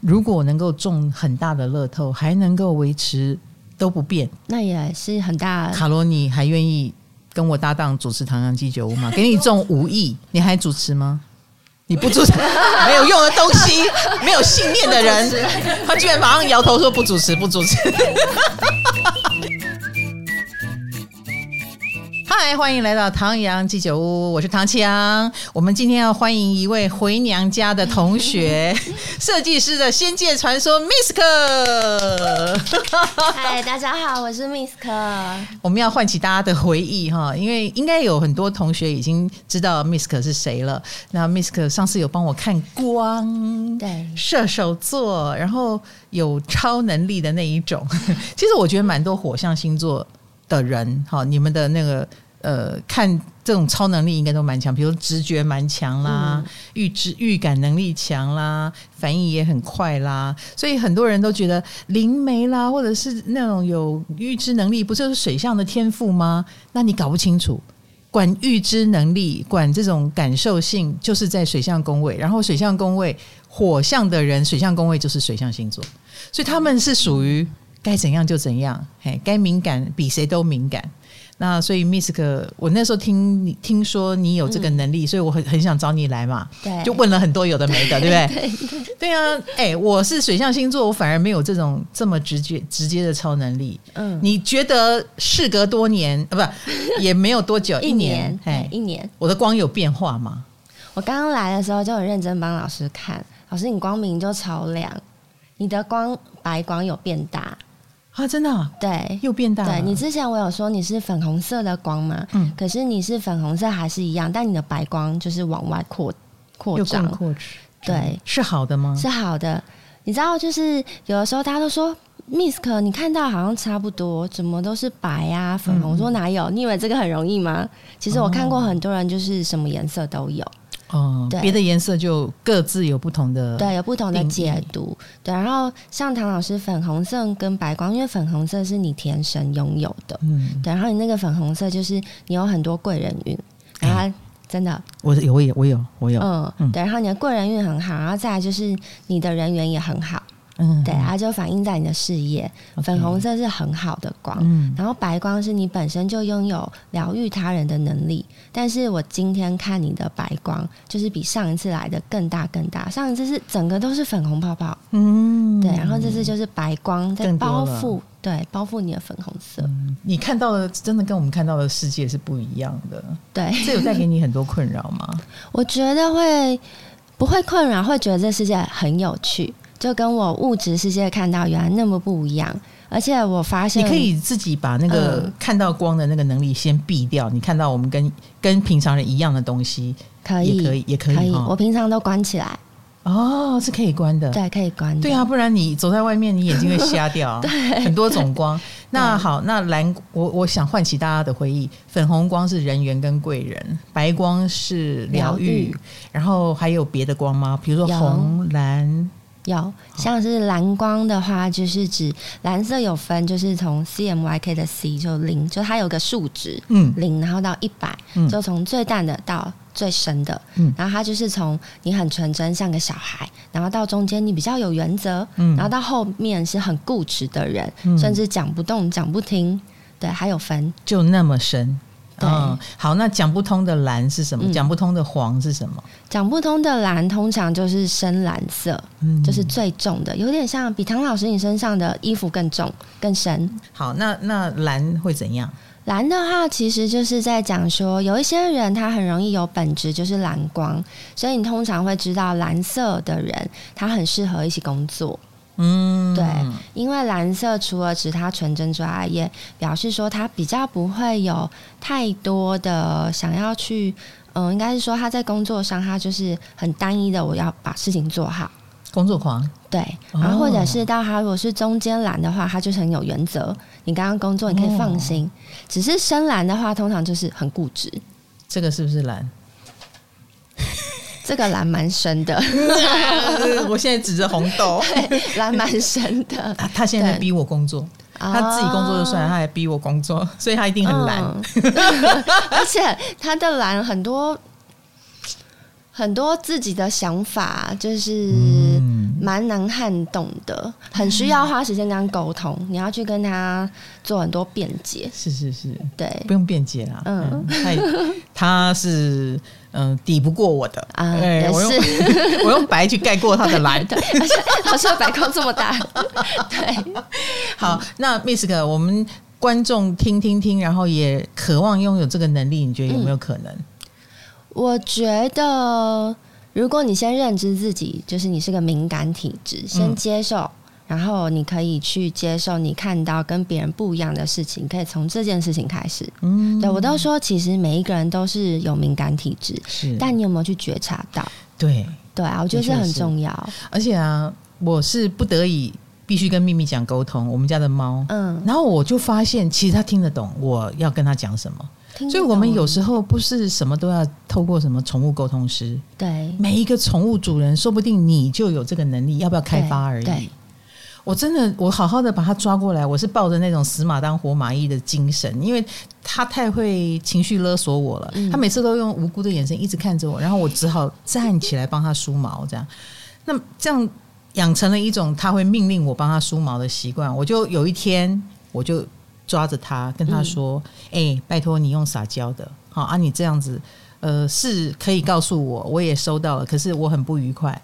如果能够中很大的乐透，还能够维持都不变，那也是很大。卡罗你还愿意跟我搭档主持《唐扬鸡酒屋》吗？给你中五亿，你还主持吗？你不主持没有用的东西，没有信念的人，他居然马上摇头说不主持，不主持。 嗨，欢迎来到唐阳鸡酒屋，我是唐启阳。我们今天要欢迎一位回娘家的同学，设计师的《仙界传说》Misk。嗨，大家好，我是 Misk。我们要唤起大家的回忆哈，因为应该有很多同学已经知道 Misk 是谁了。那 Misk 上次有帮我看光， 对，射手座，然后有超能力的那一种。 其实我觉得蛮多火象星座的人，哈，你们的那个呃，看这种超能力应该都蛮强，比如直觉蛮强啦，预知预感能力强啦，反应也很快啦，所以很多人都觉得灵媒啦，或者是那种有预知能力，不就是水象的天赋吗？那你搞不清楚。管预知能力，管这种感受性，就是在水象宫位。然后水象宫位，火象的人，水象宫位就是水象星座，所以他们是属于该怎样就怎样，嘿，该敏感比谁都敏感。那所以 Misk，我那时候听你听说你有这个能力，所以我很很想找你来嘛，嗯对，就问了很多有的没的，对 不对？对啊，哎、我是水象星座，我反而没有这种这么直接直接的超能力。嗯，你觉得事隔多年啊， 不也没有多久，一年，哎对，，一年。我的光有变化吗？我刚刚来的时候就很认真帮老师看，老师你光明就超亮，你的光白光有变大，啊，真的啊、对。又变大了。对你之前我有说你是粉红色的光嘛，嗯可是你是粉红色还是一样，但你的白光就是往外扩扩又更张，扩张，对，是好的吗？是好的。你知道，就是有的时候大家都说 Misk，你看到好像差不多，怎么都是白啊、粉嗯红。我说哪有？你以为这个很容易吗？其实我看过很多人，就是什么颜色都有，哦，对别的颜色就各自有不同的。对，有不同的定义解读。对，然后像唐老师，粉红色跟白光，因为粉红色是你天生拥有的，嗯，对，然后你那个粉红色就是你有很多贵人运，哎然后它真的，我有，我有，我有，我有。嗯，嗯对，然后你的贵人运很好，然后再来就是你的人缘也很好，嗯，对，它就反映在你的事业， OK 粉红。色是很好的光，嗯，然后白光是你本身就拥有疗愈他人的能力。但是我今天看你的白光，就是比上一次来的更大更大。上一次是整个都是粉红泡泡，嗯，对，然后这次就是白光在更多包了覆，对，包覆你的粉红色，你看到的真的跟我们看到的世界是不一样 的，对。这有带给你很多困扰 吗？我觉得会不会困扰，会觉得这世界很有趣，就跟我物质世界看到原来那么不一样。而且我发现你可以自己把那个嗯看到光的那个能力先避掉，你看到我们跟跟平常人一样的东西，可也以可以，也可可以以，哈我平常都关起来，哦，是可以关的。对，可以关。对，啊，不然你走在外面，你眼睛会瞎掉、 啊。很多种光。那好，那蓝，我我想唤起大家的回忆。粉红光是人缘跟贵人，白光是疗疗愈愈，然后还有别的光吗？比如说有红、蓝，有，像是蓝光的话，就是指蓝色有分，就是从 CMYK 的 C 就零，就它有个数值嗯零，然后到一百、嗯就从最淡的到最深的，嗯然后它就是从你很纯真像个小孩，然后到中间你比较有原则，嗯然后到后面是很固执的人，嗯甚至讲不动、讲不听，对，还有分就那么深。对嗯，好，那讲不通的蓝是什么？嗯讲不通的黄是什么？讲不通的蓝，通常就是深蓝色，嗯，就是最重的，有点像比唐老师你身上的衣服更重、更深。好，那那蓝会怎样？蓝的话，其实就是在讲说，有一些人他很容易有本质就是蓝光，所以你通常会知道蓝色的人他很适合一起工作，嗯，对因为蓝色除了指他纯真之外，也表示说他比较不会有太多的想要去，嗯、应该是说他在工作上他就是很单一的，我要把事情做好。工作狂。对，然后或者哦是到他如果是中间蓝的话，他就是很有原则。你刚刚工作你哦可以放心，只是深蓝的话，通常就是很固执。这个是不是 蓝？ 这个蓝蛮 深的，我现在指着红豆，蓝蛮深的，他他现在在逼我工作，他自己工作就算了，哦他还逼我工作， 所以他一定很懒。嗯而且他的蓝很多很多自己的想法，就是嗯，蛮难撼动的，很需要花时间这样沟通，你要去跟他做很多辩解，是是是，对不用辩解啦，哎嗯嗯，他也他是嗯抵不过我的，啊，对也我用是， 我用白去盖过他的蓝。 对，而且而且白宫这么大，对，好，那 Miss 哥，我们观众听听听，然后也渴望拥有这个能力，你觉得有没有可能？我觉得如果你先认知自己，就是你是个敏感体质，先接受。嗯然后你可以去接受你看到跟别人不一样的事情，可以从这件事情开始。嗯，对我都说，其实每一个人都是有敏感体质，是，但你有没有去觉察到？对，对啊，我觉得这的确很是重要。而且啊，我是不得已必须跟秘密讲沟通，我们家的猫。嗯，然后我就发现，其实它听得懂我要跟它讲什么，听得所以我们懂有时候不是什么都要透过什么宠物沟通师，对每一个宠物主人，说不定你就有这个能力，要不要开发而对对已。我真的，我好好的把它抓过来，我是抱着那种死马当活马医的精神，因为它太会情绪勒索我了。嗯它每次都用无辜的眼神一直看着我，然后我只好站起来帮它梳毛，这样。那么这样养成了一种它会命令我帮它梳毛的习惯。我就有一天，我就抓着它跟它说：“哎、嗯拜托你用撒娇的，好啊，你这样子呃，是可以告诉我，我也收到了，可是我很不愉快。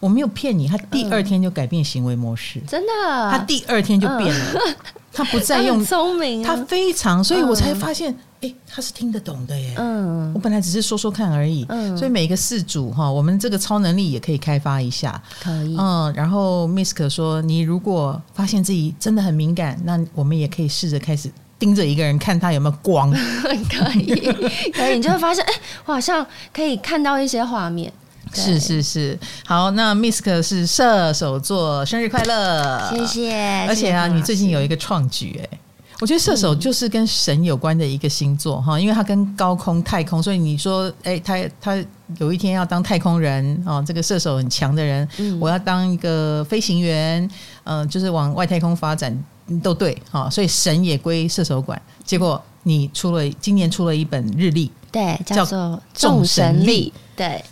我没有骗你，他第二天就改变行为模式，真他的，第二天就变了，嗯他不再他用 很，聪明他啊，非常，所以我才发现，哎、他是听得懂的耶。嗯我本来只是说说看而已，嗯所以每一个事主哈，我们这个超能力也可以开发一下。可以，嗯，然后 Misk 说，你如果发现自己真的很敏感，那我们也可以试着开始盯着一个人，看他有没有光。 可以，可以，你就会发现，哎，我好像可以看到一些画面。对 是，是是，好，那 Misk 是射手座，生日快乐！谢谢。而且啊，谢谢你最近有一个创举哎、我觉得射手就是跟神有关的一个星座哈，因为它跟高空、太空，所以你说，哎、他他有一天要当太空人哦，这个射手很强的人，嗯我要当一个飞行员，嗯、就是往外太空发展嗯都对哈、所以神也归射手管。结果你出了今年出了一本日 历，对叫叫做众神力力，对，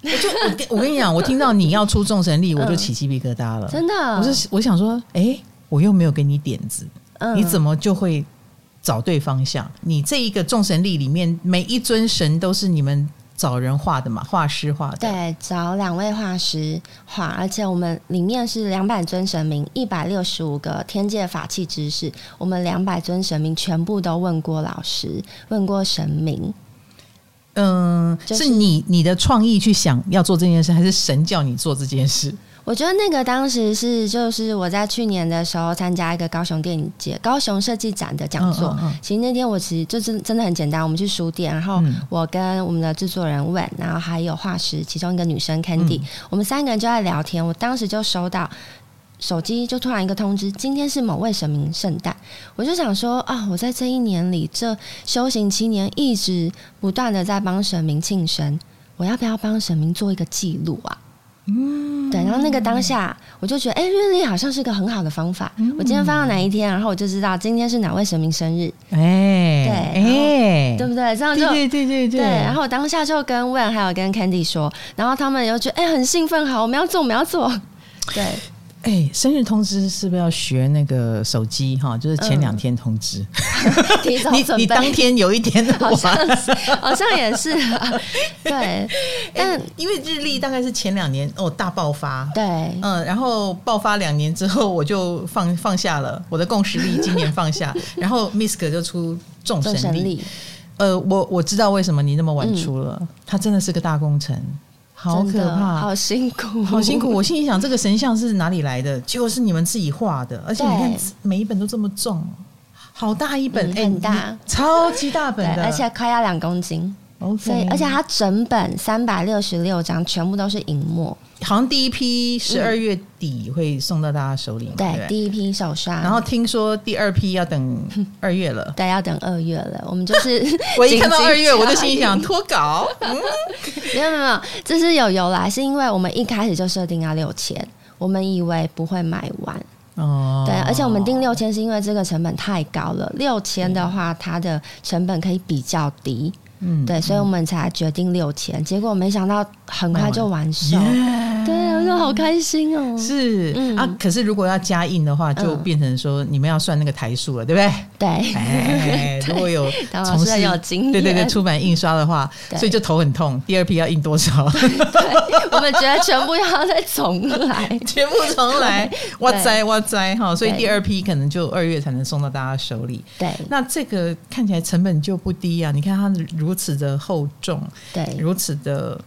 我跟我跟你讲，我听到你要出众神力，我就起鸡皮疙瘩了。真的，呃我是我想说，哎、我又没有给你点子，嗯你怎么就会找对方向？你这一个众神力里面，每一尊神都是你们找人画的嘛，画师画的。对，找两位画师画，而且我们里面是两百尊神明，一百六十五个天界法器知识，我们两百尊神明全部都问过老师，问过神明，嗯，就是是、你你的创意去想要做这件事，还是神叫你做这件事？我觉得那个当时是，就是我在去年的时候参加一个高雄电影节、高雄设计展的讲座。嗯嗯嗯其实那天我其实就真真的很简单，我们去书店，然后嗯我跟我们的制作人 Wen，然后还有画师其中一个女生嗯 Candy，、我们三个人就在聊天。我当时就收到。手机就突然一个通知，今天是某位神明圣诞，我就想说啊，我在这一年里，这修行七年，一直不断的在帮神明庆生，我要不要帮神明做一个记录啊？嗯对，然后那个当下，我就觉得，哎、日历好像是个很好的方法。嗯我今天翻到哪一天，然后我就知道今天是哪位神明生日，哎、哎、对不对？这样就对对对对对。对然后我当下就跟 Wen 还有跟 Candy 说，然后他们又觉得，哎、很兴奋，好，我们要做，我们要做。 对，哎、生日通知是不是要学那个手机哈？就是前两天通知，嗯 提 早你准你当备，天有一天 好像哇是，好像也是、 啊，对，但哎因为日历大概是前两年哦大爆发，对，嗯，然后爆发两年之后，我就放放下了我的共识力，今年放 下，然后 Misk 就出众众神神力。力，嗯呃，我我知道为什么你那么晚出了，它真的是个大工程，好真可的怕。好辛苦，好辛苦，我心里想这个神像是哪里来的？结果是你们自己画的，而且你看对每一本都这么重，好大一本，嗯哎很大你超级大本对，的，而且快要两公斤。 OK，所以，而且它整本三百六十六章全部都是银幕，好像第一批十二月底会送到大家手里嘛，对不嗯对，对，第一嗯批手刷，然后听说第二批要等二月 了。对要等二月了，我们就是 我一看到紧急二月，我就加心里想脱稿。 没有没有没有，这是有由来，是因为我们一开始就设定要六千，我们以为不会买完，哦对，而且我们定六千是因为这个成本太高了，六千的话它的成本可以比较低，嗯对，所以我们才决定六千，结果没想到很快就完售。耶对，我就好开心哦。是、嗯啊，可是如果要加印的话，就嗯变成说你们要算那个台数了，对不对？ 对，哎，如果有当老从师事很有经验，对对对出版印刷的话，对所以就头很痛。第二批要印多 少？对，我们觉得全部要再重 来。全部重来，哇塞哇塞哈！所以对第二批可能就二月才能送到大家手里。对那这个看起来成本就不低啊！你看它如此的厚重，对如此的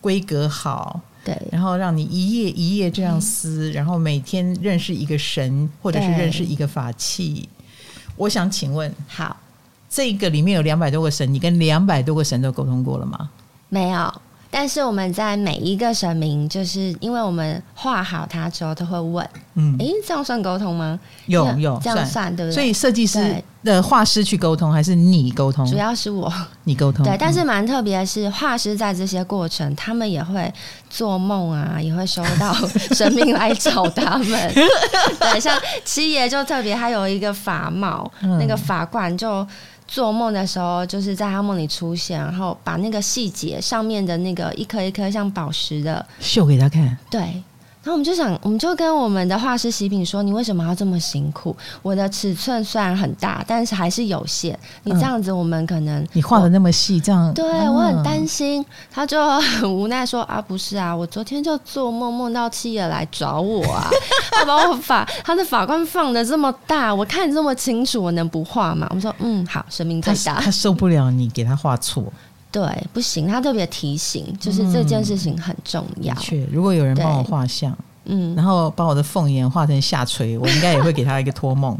规格好，对然后让你一页一页这样撕，然后每天认识一个神，或者是对认识一个法器。我想请问，好，这个里面有两百多个神，你跟两百多个神都沟通过了吗？没有。但是我们在每一个神明，就是因为我们画好它之后，他会问：嗯，诶，这样算沟通吗？有那有这样算。算对不对？所以设计师对的画师去沟通，还是你沟通？主要是我你沟通。对，嗯但是蛮特别的是，画师在这些过程，他们也会做梦啊，也会收 到神明来找他们。对，像七爷就特别，他有一个法帽，嗯那个法冠就。做梦的时候，就是在他梦里出现，然后把那个细节上面的那个一颗一颗像宝石的，秀给他看，对。然后我们就想，我们就跟我们的画师喜饼说：“你为什么要这么辛苦？我的尺寸虽然很大，但是还是有限。你这嗯样子，我们可能你画的那么细，这样对啊我很担心，他就很无奈说啊，不是啊，我昨天就做梦，梦到七爷来找我啊，他把我法他的法官放的这么大，我看这么清楚，我能不画吗？我们说嗯，好，神明他最大他，受不了你给他画错。对，不行，他特别提醒，就是嗯这件事情很重要的，确，如果有人帮我对画像，嗯，然后把我的凤眼画成下垂，我应该也会给他一个托梦。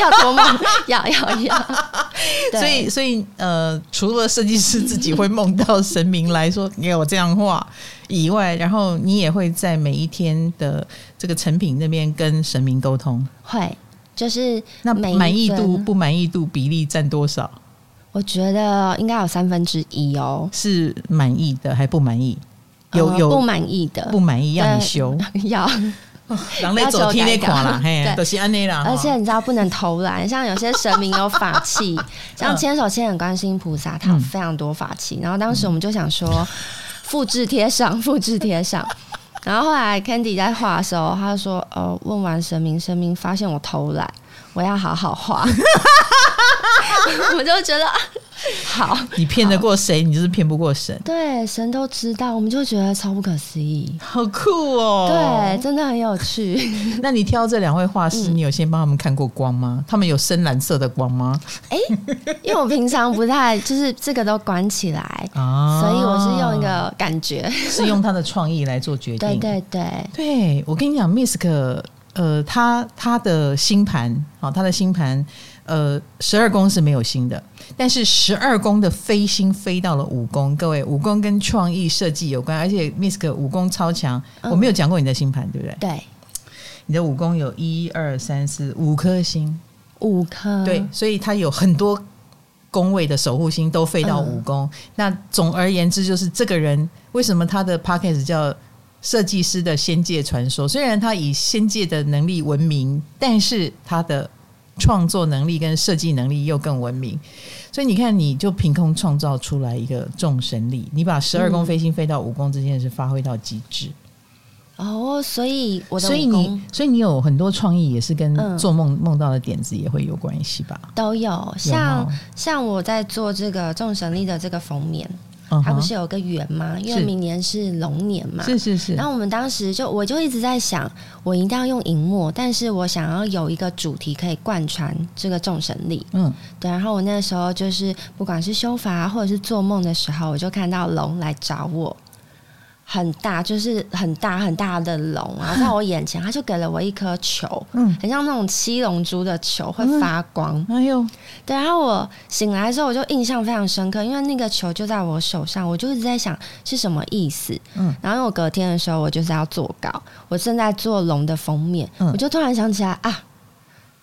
要做梦， 要要 要， 对所以，所以呃，除了设计师自己会梦到神明来说你给我这样画以外，然后你也会在每一天的这个成品那边跟神明沟通。会就是那每一满意度、尊不满意度比例占多少？我觉得应该有三分之一哦，是满意的还不满意？有呃有不满意的不满意让你对修， 要。人咧走天咧看啦，嘿，对就是安尼啦。而且吼你知道不能偷懒， 像有些神明有法器，像千手千眼观世音菩萨，他有非常多法器。然后当时我们就想说，复制贴上， 复制贴上。然后后来 Candy 在画的时候，他就说：“哦，问完神明，神明发现我偷懒，我要好好画。” 我就觉得啊 好，你骗得过谁，你就是骗不过神，对神都知道，我们就觉得超不可思议。好酷哦！对，嗯真的很有趣。 对，那你挑这两位画师，你有先帮他们看过光吗？他们有深蓝色的光吗？因为我平常不太就是这个都关起来，啊，所以我是用一个感觉。是用他的创意来做决定。对对对，对我跟你讲，Misk，呃，他他的星盘，好、他的星盘，呃，十二宫是没有星的，但是十二宫的飞星飞到了五宫。各位，五宫跟创意设计有关，而且 Misk 武功超强。嗯我没有讲过你的星盘，对不对？对，你的武功有一二三四五颗星，五颗，对，所以它有很多宫位的守护星都飞到嗯五宫。那总而言之，就是这个人为什么他的 p o c k e t 叫设计师的仙界传说？虽然他以仙界的能力闻名，但是他的创作能力跟设计能力又更闻名。所以你看，你就凭空创造出来一个众神力，你把十二宫嗯飞星飞到五宫这件事发挥到极致。哦，所以我的所以武你功，所以你有很多创意，也是跟嗯做梦梦到的点子也会有关系吧？都有，有吗像像我在做这个众神力的这个封面，嗯它哼不是有个圆吗？因为是明年是龙年嘛。嗯是是是然，后我们当时就，我就一直在想，我一定要用荧幕，但是我想要有一个主题可以贯穿这个众神力。嗯，对，然后我那时候就是，不管是修法啊或者是做梦的时候，我就看到龙来找我，很大，就是很大很大的龙，然后在我眼前，他就给了我一颗球，嗯很像那种七龙珠的球会发光。哎呦，对，然后我醒来之后，我就印象非常深刻，因为那个球就在我手上，我就一直在想是什么意思。嗯嗯，然后因为我隔天的时候，我就是要做稿，我正在做龙的封面，嗯我就突然想起来啊，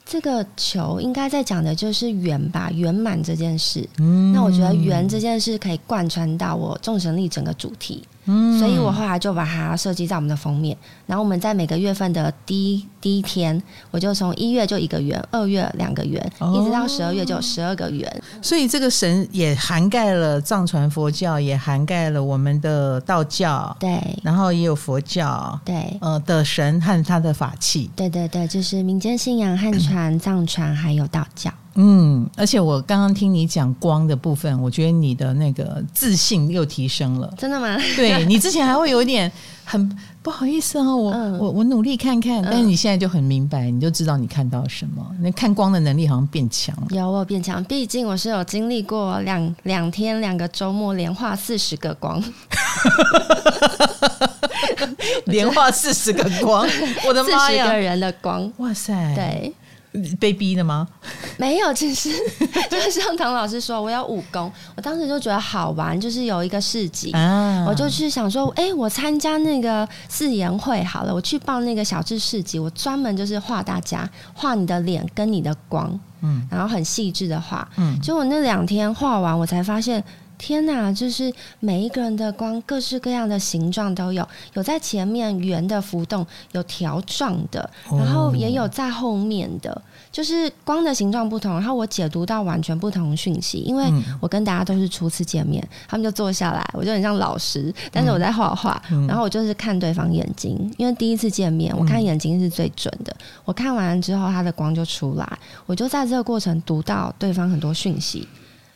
这个球应该在讲的就是圆吧，圆满这件事。嗯那我觉得圆这件事可以贯穿到我众神力整个主题，嗯所以我后来就把它设计在我们的封面。然后我们在每个月份的第一第一天，我就从一月就一个圆，二月两个圆，哦一直到十二月就有十二个圆。所以这个神也涵盖了藏传佛教，也涵盖了我们的道教，对然后也有佛教，对呃的神和他的法器。对对对，就是民间信仰汉传、藏传还有道教。嗯，而且我刚刚听你讲光的部分，我觉得你的那个自信又提升了。真的吗？ 对你之前还会有点很不好意思哦，我、嗯我我努力看看，但是你现在就很明白，你就知道你看到什么，那看光的能力好像变强 了。有我有变强，毕竟我是有经历过两两天两个周末连画四十个光，连画四十个 光，我的四妈十个呀！哎人的光。哇塞，对，被逼的吗？没有，其实 就像唐老师说，我有武功，我当时就觉得好玩，就是有一个市集，啊，我就去想说，哎、我参加那个四言会好了，我去报那个小智市集，我专门就是画大家，画你的脸跟你的光，嗯然后很细致的画。嗯结果那两天画完，我才发现。天呐，就是每一个人的光，各式各样的形状都有，有在前面圆的浮动，有条状的，哦然后也有在后面的，就是光的形状不同。然后我解读到完全不同的讯息，因为嗯我跟大家都是初次见面，他们就坐下来，我就很像老师，但是我在画画，嗯然后我就是看对方眼睛，因为第一次见面，我看眼睛是最准的。我看完之后，他的光就出来，我就在这个过程读到对方很多讯息。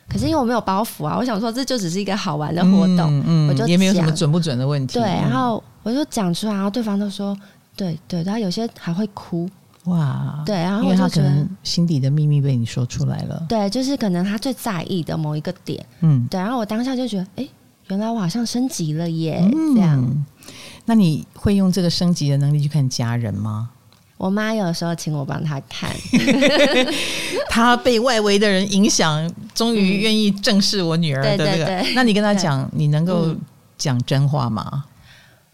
可是因为我没有包袱啊，我想说这就只是一个好玩的活动，嗯嗯我就也没有什么讲准不准的问题。对。嗯然后我就讲出来，然后对方都说对对，然后有些还会哭，哇，，对，然后啊因我为就他觉可得能。心底的秘密被你说出来了。对，就是可能他最在意的某一个点，嗯，对，然后我当下就觉得，哎、原来我好像升级了耶，嗯这样。。那你会用这个升级的能力去看家人吗？我妈有时候请我帮她 看，他被外围的人影响，终于愿意正视我女儿的对对这个。对那你跟他讲，你能够讲真话吗？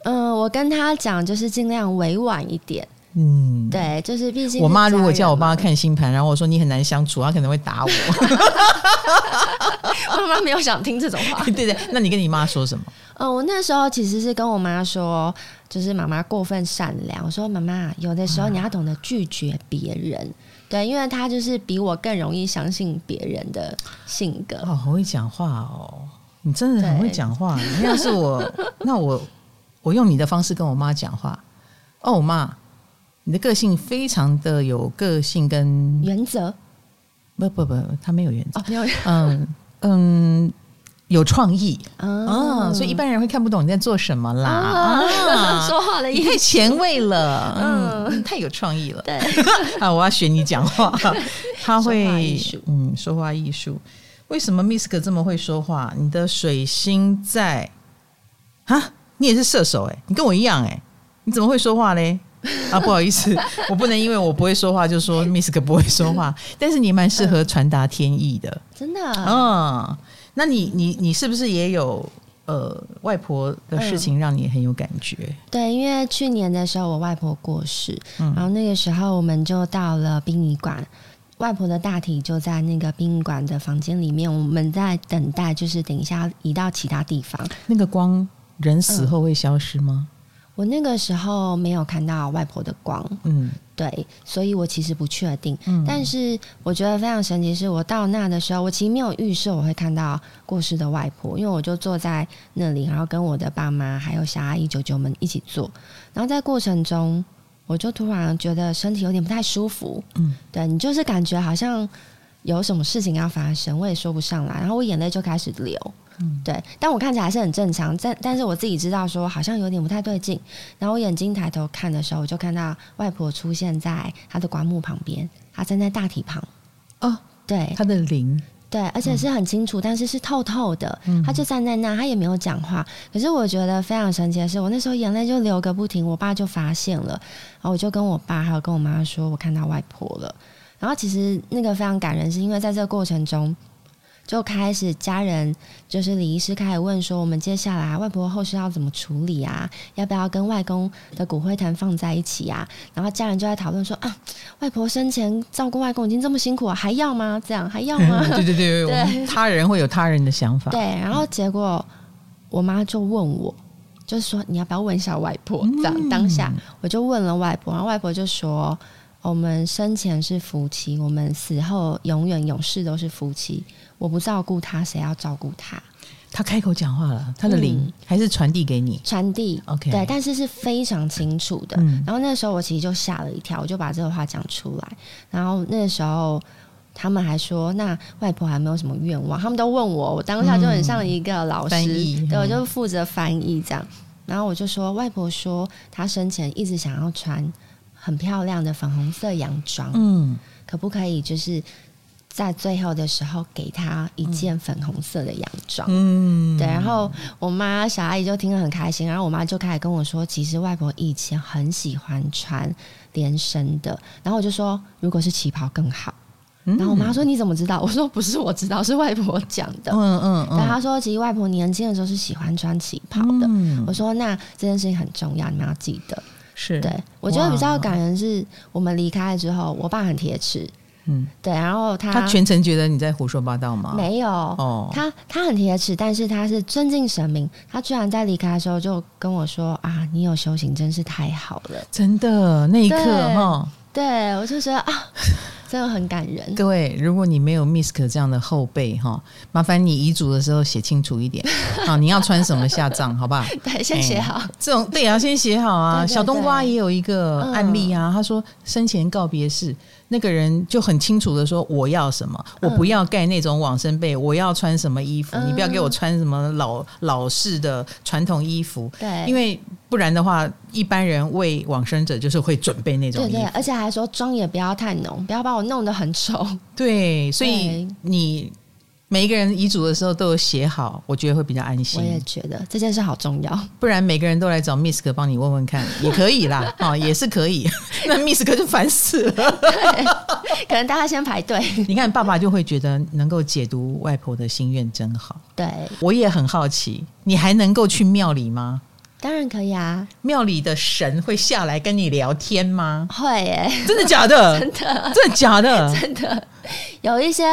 嗯、我跟她讲就是尽量委婉一点，嗯，。对，就是毕竟是我妈如果家叫人我帮嘛她，看星盘，然后我说你很难相处，她可能会打 我。我妈没有想听这种话。对对，那你跟你妈说什么？嗯、我那时候其实是跟我妈说，就是妈妈过分善良，我说妈妈有的时嗯候你要懂得拒绝别人，对，因为她就是比我更容易相信别人的性格。哦，好会讲话哦！你真的很会对讲话。那要是 我，那我我用你的方式跟我妈讲话。哦，妈，你的个性非常的有个性跟，原则不不不，她没有原则。哦，没有嗯嗯，有创意啊啊，所以一般人会看不懂你在做什么啦。啊 说话的你意太思。前卫了，嗯嗯，你太有创意了。对啊，我要学你讲 话。他会说话艺术嗯，说话艺术。为什么 Misk 这么会说话？你的水星在啊，你也是射手哎、你跟我一样哎、你怎么会说话嘞？啊，不好意 思，我不能因为我不会说话就说 Misk 不会说话，但是你蛮适合传达天意的。真的、嗯，那你你你是不是也有呃外婆的事情让你很有感觉？对，因为去年的时候我外婆过世，嗯然后那个时候我们就到了殡仪馆，外婆的大体就在那个殡仪馆的房间里面，我们在等待，就是等一下移到其他地方。那个光人死后会消失吗？我那个时候没有看到外婆的光，嗯对，所以我其实不确定。嗯，但是我觉得非常神奇，是我到那的时候，我其实没有预设我会看到过世的外婆，因为我就坐在那里，然后跟我的爸妈还有小阿姨、舅舅们一起坐。然后在过程中，我就突然觉得身体有点不太舒服，嗯对你就是感觉好像有什么事情要发生，我也说不上来，然后我眼泪就开始流。嗯对，但我看起来还是很正常，但但是我自己知道说好像有点不太对劲。然后我眼睛抬头看的时候，我就看到外婆出现在她的棺木旁边，她站在大体旁。哦，对他的 灵，对，而且是很清楚，但是是透透的。嗯她就站在那，她也没有讲话。可是我觉得非常神奇的是，我那时候眼泪就流个不停，我爸就发现了，然后我就跟我爸还有跟我妈说，我看到外婆了。然后其实那个非常感人，是因为在这个过程中。就开始家人就是李医师开始问说，我们接下来外婆后事要怎么处理啊？要不要跟外公的骨灰坛放在一起啊？然后家人就在讨论说啊，外婆生前照顾外公已经这么辛苦了，还要吗？这样还 要吗？对对对，我们他人会有他人的想法，对，然后结果我妈就问我，就是说你要不要问一下外婆？嗯这样当下我就问了外婆，然后外婆就说。哦我们生前是夫妻，我们死后永远永世都是夫妻。我不照顾他，谁要照顾他？他开口讲话了，他的灵嗯还是传递给你。传递 OK 对，但是是非常清楚的。嗯然后那时候我其实就吓了一跳，我就把这个话讲出来。然后那时候他们还说，那外婆还没有什么愿望，他们都问我，我当下就很像一个老嗯师，翻译嗯对我就负责翻译这样。然后我就说，外婆说她生前一直想要穿很漂亮的粉红色洋装，嗯，可不可以就是在最后的时候给她一件粉红色的洋装？嗯，对，然后我妈小阿姨就听了很开心，然后我妈就开始跟我说，其实外婆以前很喜欢穿连身的，然后我就说，如果是旗袍更好。嗯然后我妈说你怎么知道？ 我说不是我知道，是外婆讲的。嗯嗯嗯，但她说其实外婆年轻的时候是喜欢穿旗袍的。嗯我说那这件事情很重要，你们要记得。是，对我觉得比较哇感人是我们离开了之后，我爸很铁齿，嗯，对，然后他他全程觉得你在胡说八道吗？没有哦，他他很铁齿，但是他是尊敬神明。他居然在离开的时候就跟我说：“啊，你有修行真是太好了。真的那一刻对哈，对”我就觉得啊， 真的很感人。各位，如果你没有 Misk 这样的后辈哈，麻烦你遗嘱的时候写清楚一点啊，你要穿什么下葬，好不好？对，先写好。这种对啊，先写好啊。对对嗯小冬瓜也有一个案例啊，他说生前告别式，那个人就很清楚的说我要什么，我不要盖那种往生被，我要穿什么衣服，嗯你不要给我穿什么老老式的传统衣服，对，因为不然的话，一般人为往生者就是会准备那种对衣服对，。而且还说妆也不要太浓，不要把我弄得很丑。对，所以对你每一个人遗嘱的时候都有写好，我觉得会比较安我也心。觉得这件事好重要。 不然每个人都来找 Miss 哥帮你问问看，也可以啦，哦，也是可 以。那 Miss 哥就烦死了。可能大家先排队。你看，爸爸就会觉得能够解读外婆的心愿真好。对，我也很好奇，你还能够去庙里吗？当然可以啊，庙里的神会下来跟你聊天吗？会耶、 真的假的？真的，真的假的？真的，有一些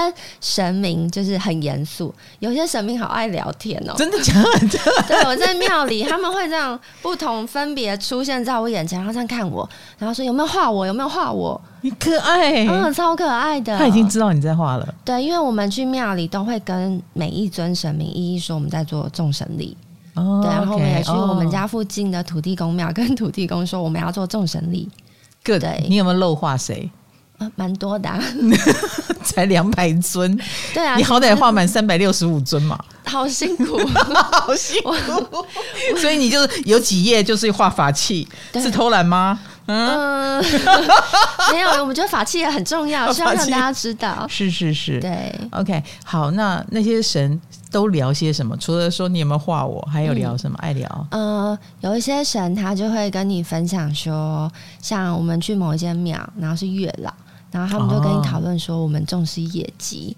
神明就是很严肃，有些神明好爱聊天哦。真的假的？ 对，我在庙里，他们会这样不同分别出现在我眼前，然后这样看我，然后说有没有画我，有没有画我，你可爱、嗯，超可爱的。他已经知道你在画了。对，因为我们去庙里都会跟每一尊神明一一说我们在做众神礼，哦对，然后我们也去 OK，我们哦家附近的土地公庙跟土地公说我们要做众神礼， Good，对你有没有漏画谁？呃蛮多的、啊， 才两百尊，对啊你，好歹画满三百六十五尊 嘛，好辛苦，啊 好辛苦。 所以你就是有几页就是画法器，对是偷懒吗？嗯， 没有，我们觉得法器也很重哦要，需要让大家知道，是是是。哦对。 OK，好，那那些神都聊些什么？除了说你有没有画我，嗯还有聊什么？爱聊呃，有一些神他就会跟你分享说，像我们去某一间庙，然后是月老，然后他们就跟你讨论说，我们重视业绩，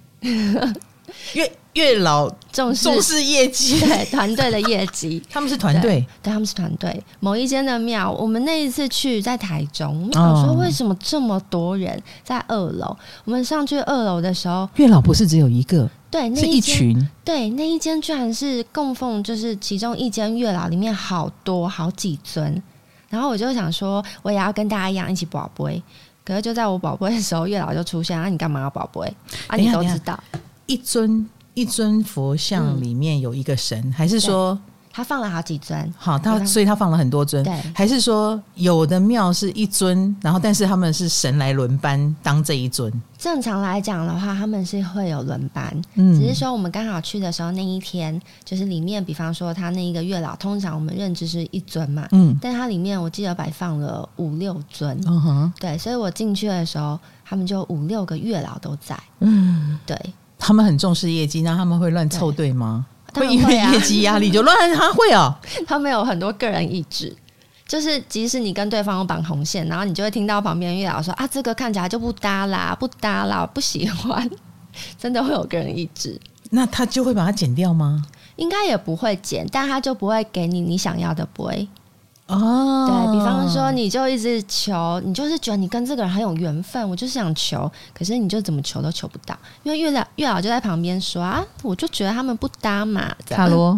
月月老重视重视业绩，。对团队的业绩 他们是团队，对，他们是团队。某一间的庙，我们那一次去在台中，我们想说哦为什么这么多人在二楼？我们上去二楼的时候，月老不是只有一个，对，那是一间群。对，那一间居然是供奉，就是其中一间月老里面好多好几尊，然后我就想说，我也要跟大家一样一起保杯。可是就在我保杯的时候，月老就出现，啊，你干嘛要保杯？啊，等一你下都等一知下道，一尊一尊佛像嗯里面有一个神，还是说他放了好几尊，好，他对吧所以他放了很多尊对，还是说有的庙是一尊，然后但是他们是神来轮班当这一尊，正常来讲的话，他们是会有轮班，嗯只是说我们刚好去的时候那一天，就是里面，比方说他那一个月老，通常我们认知是一尊嘛，嗯但它里面我记得摆放了五六尊，嗯哼，对，所以我进去的时候，他们就五六个月老都在。嗯，对，他们很重视业绩，那他们会乱凑对吗？当然因为会啊业，绩压力就乱，他会哦， 他们有很多个人意志。就是，即使你跟对方有绑红线，然后你就会听到旁边月老说：“啊，这个看起来就不搭啦，不搭啦，不喜欢。” 真的会有个人意志，那他就会把它剪掉吗？应该也不会减，但他就不会给你你想要的不会。哦，对比方说，你就一直求，你就是觉得你跟这个人很有缘分，我就是想求，可是你就怎么求都求不到，因为月老月老就在旁边说啊，我就觉得他们不搭嘛。这塔样罗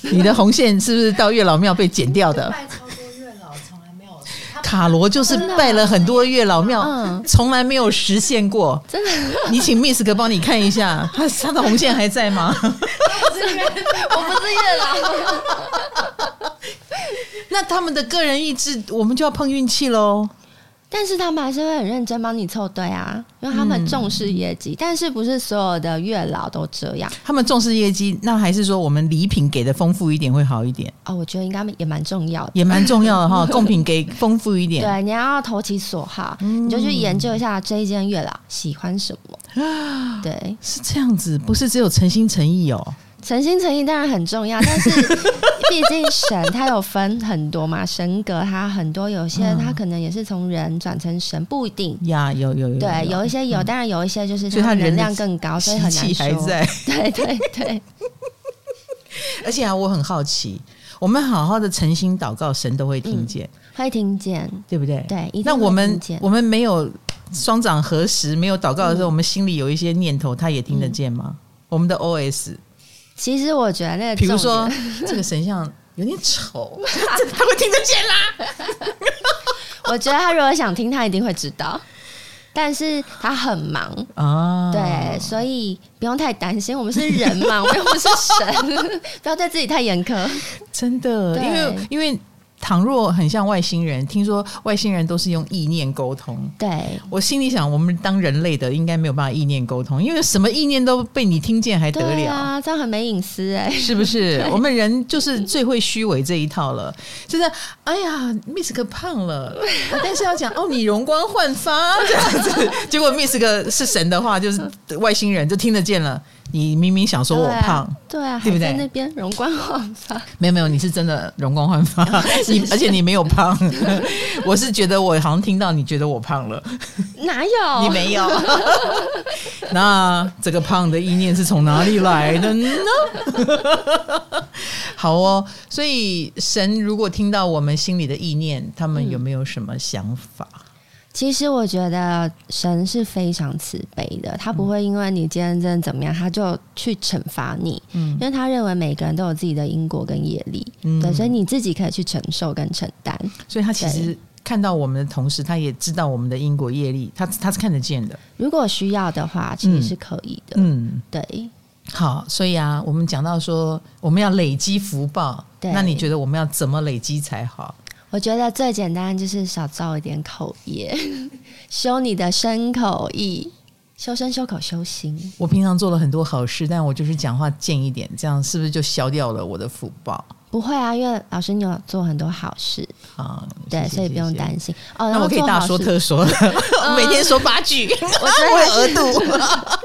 你的红线是不是到月老庙被剪掉的？拜超多月老，从来没有他塔罗就是啊拜了很多月老庙嗯，从来没有实现 过。真的，你请 Miss 哥帮你看一下，他他的红线还在 吗？不是月老，我不是月老，那他们的个人意志，我们就要碰运气喽。但是他们还是会很认真帮你凑对啊，因为他们重视业绩。但是不是所有的月老都这样他们重视业绩，那还是说我们礼品给的丰富一点会好一点，哦？我觉得应该也蛮重要的。也蛮重要的 哈。贡品给丰富一点，对，你要投其所好，你就去研究一下这一间月老喜欢什么。嗯对，是这样子，不是只有诚心诚意哦。诚心诚意当然很 重要，但是毕竟神它有分很多嘛，神格它很多，有些嗯它可能也是从人转成神，不一定。呀，有有有，嗯对，有一些有，当然有一些就是所以它它人的能量更高，所以啊习很气难还说。在。 对对对， 而且啊，我很好奇，我们好好的诚心祷告，神都会听见，会听见。对不对？嗯对，一定嗯那会我们听见嗯我们没有双掌合十，没有祷告的时候，我们心里有一些念头，他也听得见吗？我们的 OS，其实我觉得那个，比如说，这个神像有点丑，这他会听得见啦。 我觉得他如果想听，他一定会知道，但是他很忙，啊，对，所以不用太担心，我们是人嘛，我们又不是 神，不要对自己太严苛。真的，对因为因为倘若很像外星人，听说外星人都是用意念沟通。对，我心里想，我们当人类的应该没有办法意念沟通，因为什么意念都被你听见还得对了？啊，这样很没隐私哎、是不 是？我们人就是最会虚伪这一套了，真的。哎呀，Miss 哥胖了，但是要讲哦，你容光焕发这样 子。结果 Miss 哥是神的话，就是外星人就听得见了。你明明想说我胖，对啊，对不对对啊，还在那边容光焕发，没有没有，你是真的容光焕 发，你而且你没有胖。 我是觉得我好像听到你觉得我胖了，哪有？你没有。 那这个胖的意念是从哪里来的呢？ 好哦，所以神如果听到我们心里的意念，他们有没有什么想法？其实我觉得神是非常慈悲的，他不嗯会因为你今天真的怎么样，他就去惩罚你，嗯因为他认为每个人都有自己的因果跟业力，嗯对，所以你自己可以去承受跟承担。所以他其实看到我们的同时，他也知道我们的因果业力，他他是看得见的。如果需要的话，其实是可以的，嗯。对。好，所以啊，我们讲到说我们要累积福报，对那你觉得我们要怎么累积才好？我觉得最简单就是少造一点口业， 修你的身口意，修身修口修心。我平常做了很多好事，但我就是讲话贱一点，这样是不是就消掉了我的福报不会啊，因为老师你有做很多好事，啊？对，谢谢所以不用。谢谢担心。哦，那我可以做大好说事嗯特说了， 每天说八句，我觉 得还是度。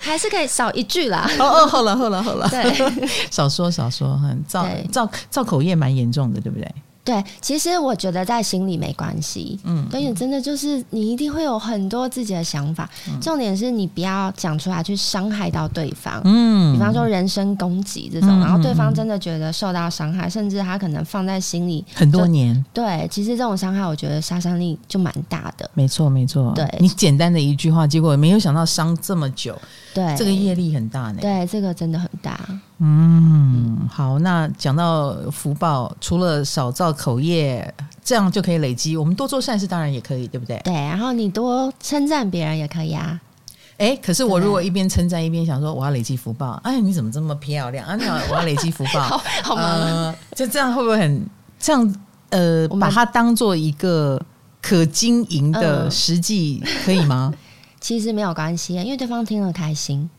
还是可以少一句 啦。哦哦，好了好了好了，对 少说少说，嗯造对造造口业蛮严重的，对不对？对，其实我觉得在心里没关系，嗯嗯，所以真的就是你一定会有很多自己的想法，嗯重点是你不要讲出来去伤害到对方。比嗯方说人身攻击这种，嗯然后对嗯嗯方真的觉得受到伤害，甚至他可能放在心里很多年，对，其实这种伤害，我觉得杀伤力就蛮大的。没错没错。对你简单的一句话，结果没有想到伤这么久，对，这个业力很大呢。对这个真的很大。嗯，好，那讲到福报，除了少造口业，这样就可以累积。我们多做善事，当然也可以，对不对？对，然后你多称赞别人也可以啊。哎，可是我如果一边称赞一边想说我要累积福报，哎，你怎么这么漂亮啊？那我要累积福报， 好啊好呃，就这样会不会很这样？呃，我们把它当做一个可经营的嗯实际，可以 吗？其实没有关系，啊因为对方听了开心。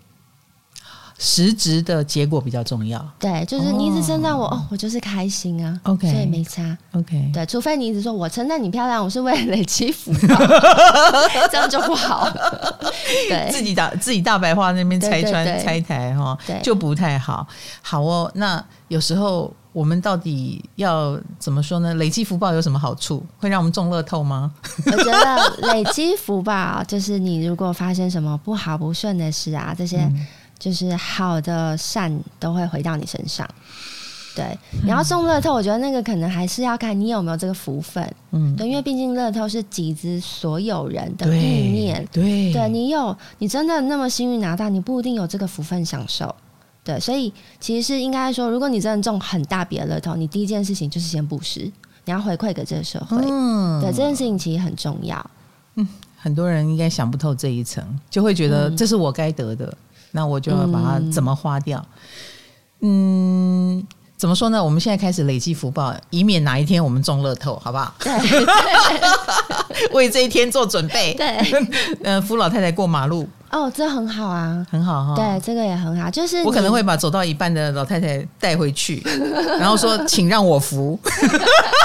实质的结果比较重要。对，就是你一直称赞我，哦我就是开心啊。 OK 所以没差。 OK，对，除非你一直说我称赞你漂亮，我是为了累积福报，这样就不好。对，自己打自己大白话那边对拆对穿对拆台哈对，就不太好。好哦，那有时候我们到底要怎么说呢？累积福报有什么好处？会让我们中乐透吗？我觉得累积福报，就是你如果发生什么不好不顺的事啊，这些就是好的善都会回到你身上。对，然后中乐透，我觉得那个可能还是要看你有没有这个福分，嗯，对，因为毕竟乐透是集资所有人的对，意念，对，对你有，你真的那么幸运拿到，你不一定有这个福分享受。对，所以其实是应该说，如果你真的中很大笔的乐透，你第一件事情就是先布施，你要回馈给这个社会。嗯，对，这件事情其实很重要。很多人应该想不透这一层，就会觉得嗯这是我该得的，那我就要把它怎么花掉。嗯，怎么说呢？我们现在开始累积福报，以免哪一天我们中乐透，好不 好？对为这一天做准备。 对， 呃，扶老太太过马路哦，这很好啊。很好哈。对，这个也很好，就是哦我可能 你会把走到一半的老太太带回 去，然后说：“请让我扶。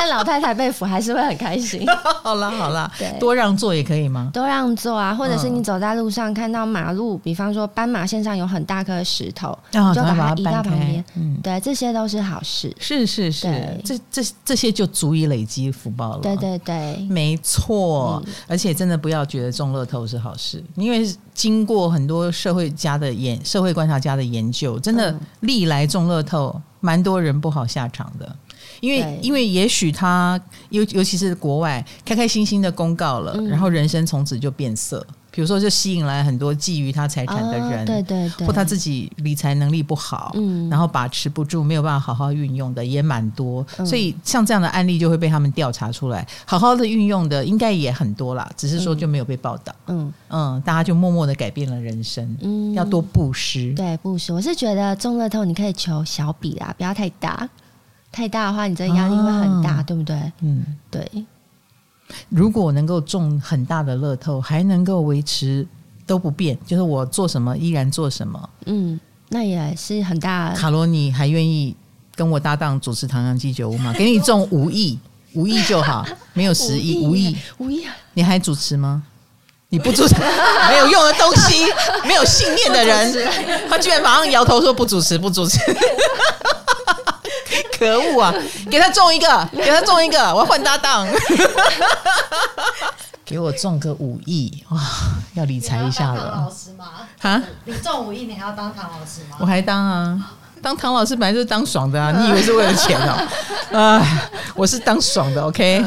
但老太太被扶还是会很 开心，”好啦好啦对，多让座也可以吗？都让座啊，或者是嗯你走在路上看到马路，比方说斑马线上有很大颗石头，啊你就赶快把把它它移到搬旁开边，嗯对，这些都是好事，是是对是，这这这些就足以累积福报了。对嗯对对，没错，而且真的不要觉得中乐透是好事，因为经过很多社会家的研、社会观察家的研究，真的嗯历来中乐透蛮多人不好下场的，因为对因为也许他尤尤其是国外开开心心的公告了，嗯然后人生从此就变色，比如说就吸引来很多觊觎他财产的哦人，对对对，或他自己理财能力不好，嗯然后把持不住，没有办法好好运用的也蛮多，嗯所以像这样的案例就会被他们调查出来，好好的运用的应该也很多啦，只是说就没有被报道，嗯嗯大家就默默的改变了人生，嗯要多布施，对布施，我是觉得中乐透你可以求小笔啦，不要太大，太大的话你这个压力会很大，啊对不对？嗯，对，如果我能够中很大的乐透，还能够维持都不变，就是我做什么依然做什么，嗯，那也是很大的，卡罗尼还愿意跟我搭档主持《唐扬鸡酒屋》吗？给你中五亿。五亿就好，没有十亿，五亿，无意啊， 你还主持吗？你不主持，没有用的东西，没有信念的人，他居然马上摇头说不主持，不主持。可恶啊！给他中一个，给他中一个，我要换搭档。给我中个五亿哇！要理财一下你要当唐老了师吗？ 啊！你中五亿，你还要当唐老师吗？我还当啊，当唐老师本来就是当爽的啊，你以为是为了钱哦、啊，我是当爽的，OK 。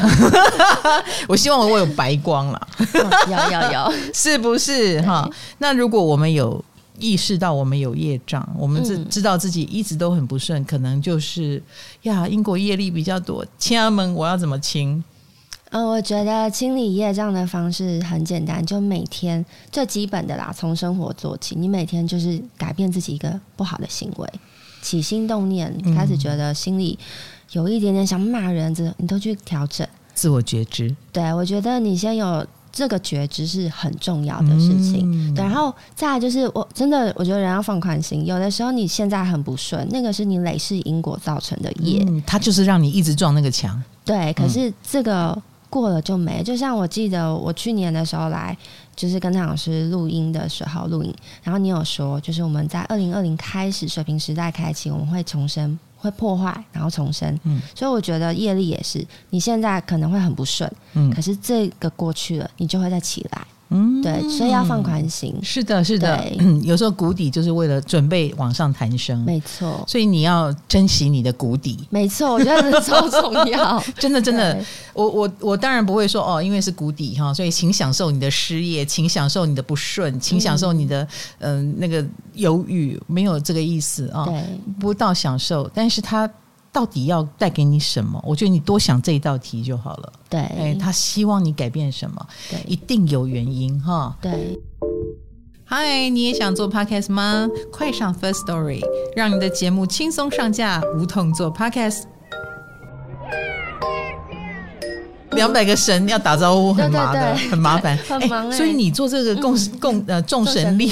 我希望我有白光了。有有有，是不是哈？那如果我们有意识到我们有业障，我们知嗯知道自己一直都很不顺，可能就是呀，因果业力比较多，亲他们我要怎么亲？嗯，我觉得清理业障的方式很简单，就每天最基本的啦，从生活做起。你每天就是改变自己一个不好的行为，起心动念，嗯开始觉得心里有一点点想骂人，这你都去调整。自我觉知对我觉得你先有这个觉知是很重要的事情。嗯对，然后再来就是，我真的我觉得人要放宽心，有的时候你现在很不顺，那个是你累世因果造成的业。嗯，它就是让你一直撞那个墙，对，可嗯是这个过了就没。就像我记得我去年的时候来，就是跟唐老师录音的时候录音，然后你有说，就是我们在二零二零开始水平时代开启，我们会重生，会破坏，然后重生。嗯所以我觉得业力也是，你现在可能会很不顺，嗯可是这个过去了，你就会再起来。嗯，对，所以要放。宽心，是的，是的对，嗯 有时候谷底就是为了准备往上弹升，没错。所以你要珍惜你的谷底。没错，我觉得这超重要，真 的，真的对，我我我当然不会说哦，因为是谷底哈，所以请享受你的失业，请享受你的不顺，请享受你的嗯、呃那个忧郁，没有这个意思啊、对，不到享受，但是它到底要带给你什么？我觉得你多想这一道题就好了。对，哎，他希望你改变什么，一对，定有原因哈。对，嗨，你也想做 podcast 吗？快上 First Story，让你的节目轻松上架，无痛做 podcast。两百个神要打招呼，很麻的，对对对 很麻烦，哎很忙欸所以你做这个共共呃众神力，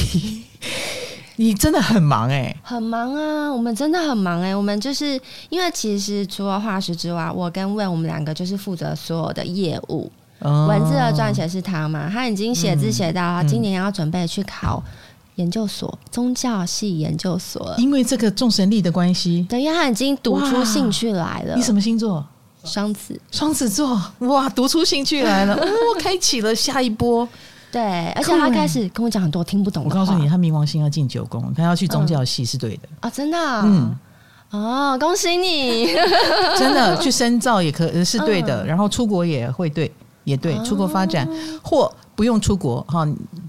你真的很忙 哎、很忙啊，我们真的很忙哎、我们就是因为其实除了画师之外，我跟魏我们两个就是负责所有的业务，哦嗯文字的撰写是他嘛，他已经写字写到他今年要准备去考研究所，宗教系研究所了。哦因为这个众神力的关系，对，因为他已经读出哇兴趣来了。你什么星座？双子？双子座，哇，读出兴趣来 了，哇、哦开启了下一波。对，而且他开始跟我讲很多听不懂我的话。告诉你，他冥王星要进九宫，他要去宗教系是对的。啊、真的、嗯嗯，哦，恭喜你！ 真的去深造也可呃是对的，嗯哦然后出国也会对，也对，出国发展、或不用出国哈，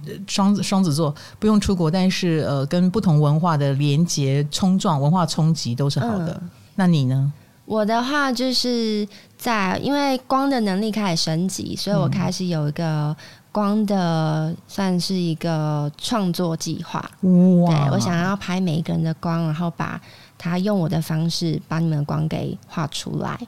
呃双子双子座不用出国，但是呃，跟不同文化的连接冲撞、文化冲击都是好的。嗯那你呢？我的话就是在因为光的能力开始升级，所以我开始有一个光的算是一个创作计划。对哇，我想要拍每一个人的光，然后把它用我的方式把你们的光给画出来。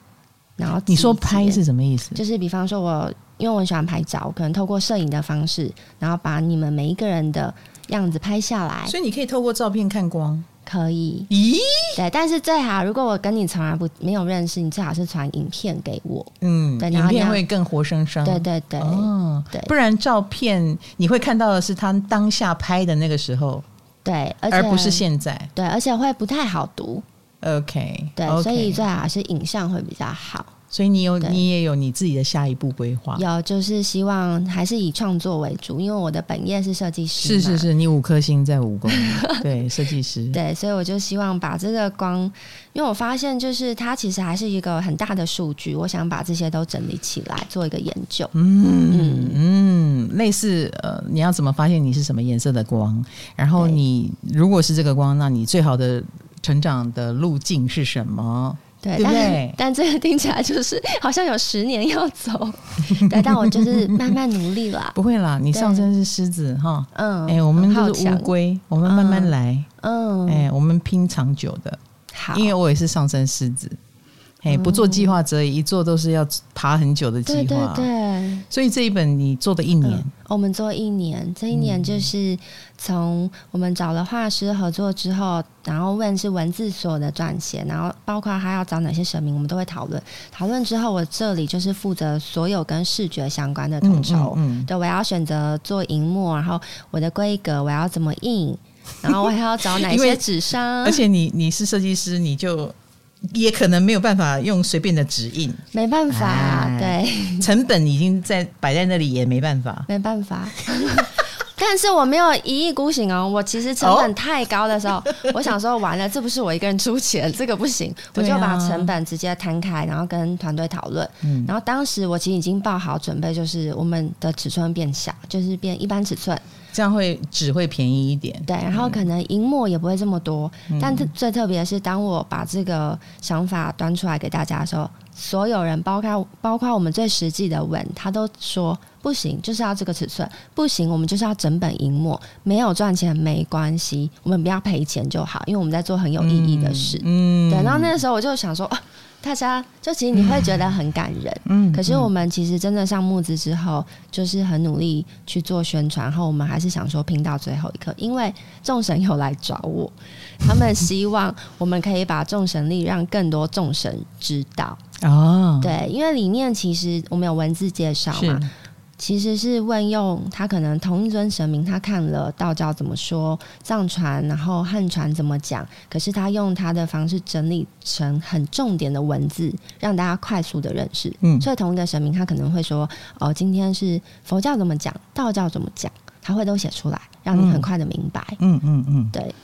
然后你说集结拍是什么意思？就是比方说我，因为我很喜欢拍照，我可能透过摄影的方式，然后把你们每一个人的样子拍下来，所以你可以透过照片看光。可以。咦，对，但是最好如果我跟你从来不没有认识，你最好是传影片给我。嗯，对然影后片那会更活生生。对对对，哦，对不然照片你会看到的是他当下拍的那个时候，对，而且而不是现在。对，而且会不太好读。 OK，对 o k 所以最好还是影像会比较好。所以你有对你也有你自己的下一步规划。有就是希望还是以创作为主，因为我的本业是设计师，是是。是，你五颗星在 武功，对设计师，对，所以我就希望把这个光，因为我发现就是它其实还是一个很大的数据，我想把这些都整理起来做一个研究。嗯嗯，类似呃，你要怎么发现你是什么颜色的光？然后对你如果是这个光，那你最好的成长的路径是什么？对，对不对但 但这个听起来就是好像有十年要走，对，但我就是慢慢努力 啦。不会啦，你对上身是狮子哈。嗯，哎、我们很好都是乌强，龟，我们慢慢来。嗯，哎、我们拼长久的，好，嗯因为我也是上升狮子。哎、不做计划则已，一做都是要爬很久的计划。对对对，所以这一本你做的一年，嗯我们做一年，这一年就是嗯从我们找了画师合作之后，然后问是文字所有的撰写，然后包括他要找哪些神明，我们都会讨论。讨论之后，我这里就是负责所有跟视觉相关的统筹。嗯对，我要选择做荧幕，然后我的规格我要怎么印，然后我还要找哪因为些 纸商而，且你你是设计师，你就也可能没有办法用随便的指印，没办法，哎对。成本已经在摆在那里，也没办法。没办法。 但是我没有一意孤行哦，我其实成本太高的时哦候，我想说完了，这不是我一个人出钱，这个不行，我对就啊把成本直接摊开，然后跟团队讨论。嗯然后当时我其实已经报好准备，就是我们的尺寸变小，就是变一般尺寸，这样会只会便宜一点。对，然后可能荧幕也不会这么多。嗯但是最特别的是，当我把这个想法端出来给大家的时候，所有人，包括包括我们最实际的文，他都说不行，就是要这个尺寸，不行，我们就是要整本荧幕，没有赚钱没关系，我们不要赔钱就好，因为我们在做很有意义的事。嗯对，然后那个时候我就想说，啊、大家就其实你会觉得很感人，嗯可是我们其实真的上募资之后，就是很努力去做宣传，然后我们还是想说拼到最后一刻，因为众神有来找我，他们希望我们可以把众神力让更多众神知道。哦，对，啊因为里面其实我们有文字介绍是，嘛其实是问用他可能同一尊神明，他看了道教怎么说，藏传，然后汉传怎么讲，可是他用他的方式整理成很重点的文字，让大家快速的认识。嗯所以同一个神明，他可能会说，哦，今天是佛教怎么讲，道教怎么讲，他会都写出来，让你很快的明白。嗯嗯嗯，对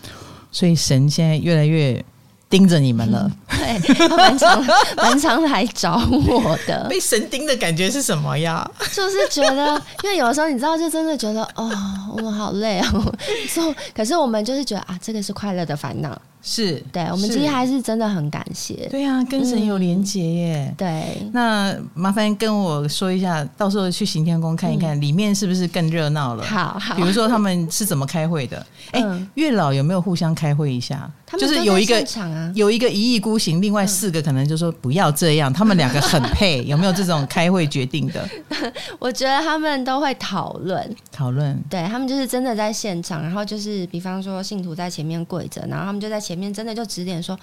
所以神现在越来越盯着你们 了。对，他蛮常蛮常来找我的，被神盯的感觉是什么呀？就是觉哦得，因为有的时候你知道，就真的觉得哦，我们好累哦。所以，可是我们就是觉得啊，这个是快乐的烦恼。是，对，我们是其实还是真的很感谢。对啊，跟神有连结耶。对，那麻烦跟我说一下，到时候去行天宫看一看，嗯里面是不是更热闹了？好 好比，如说他们是怎么开会的？哎、嗯月老有没有互相开会一下？他们就都是在有一个现场啊，有一个一意孤行，另外四个可能就说不要这样，他们两个很嗯配，有没有这种开会决定的我觉得他们都会讨论。讨论？对他们就是真的在现场，然后就是比方说信徒在前面跪着，然后他们就在前面真的就指点说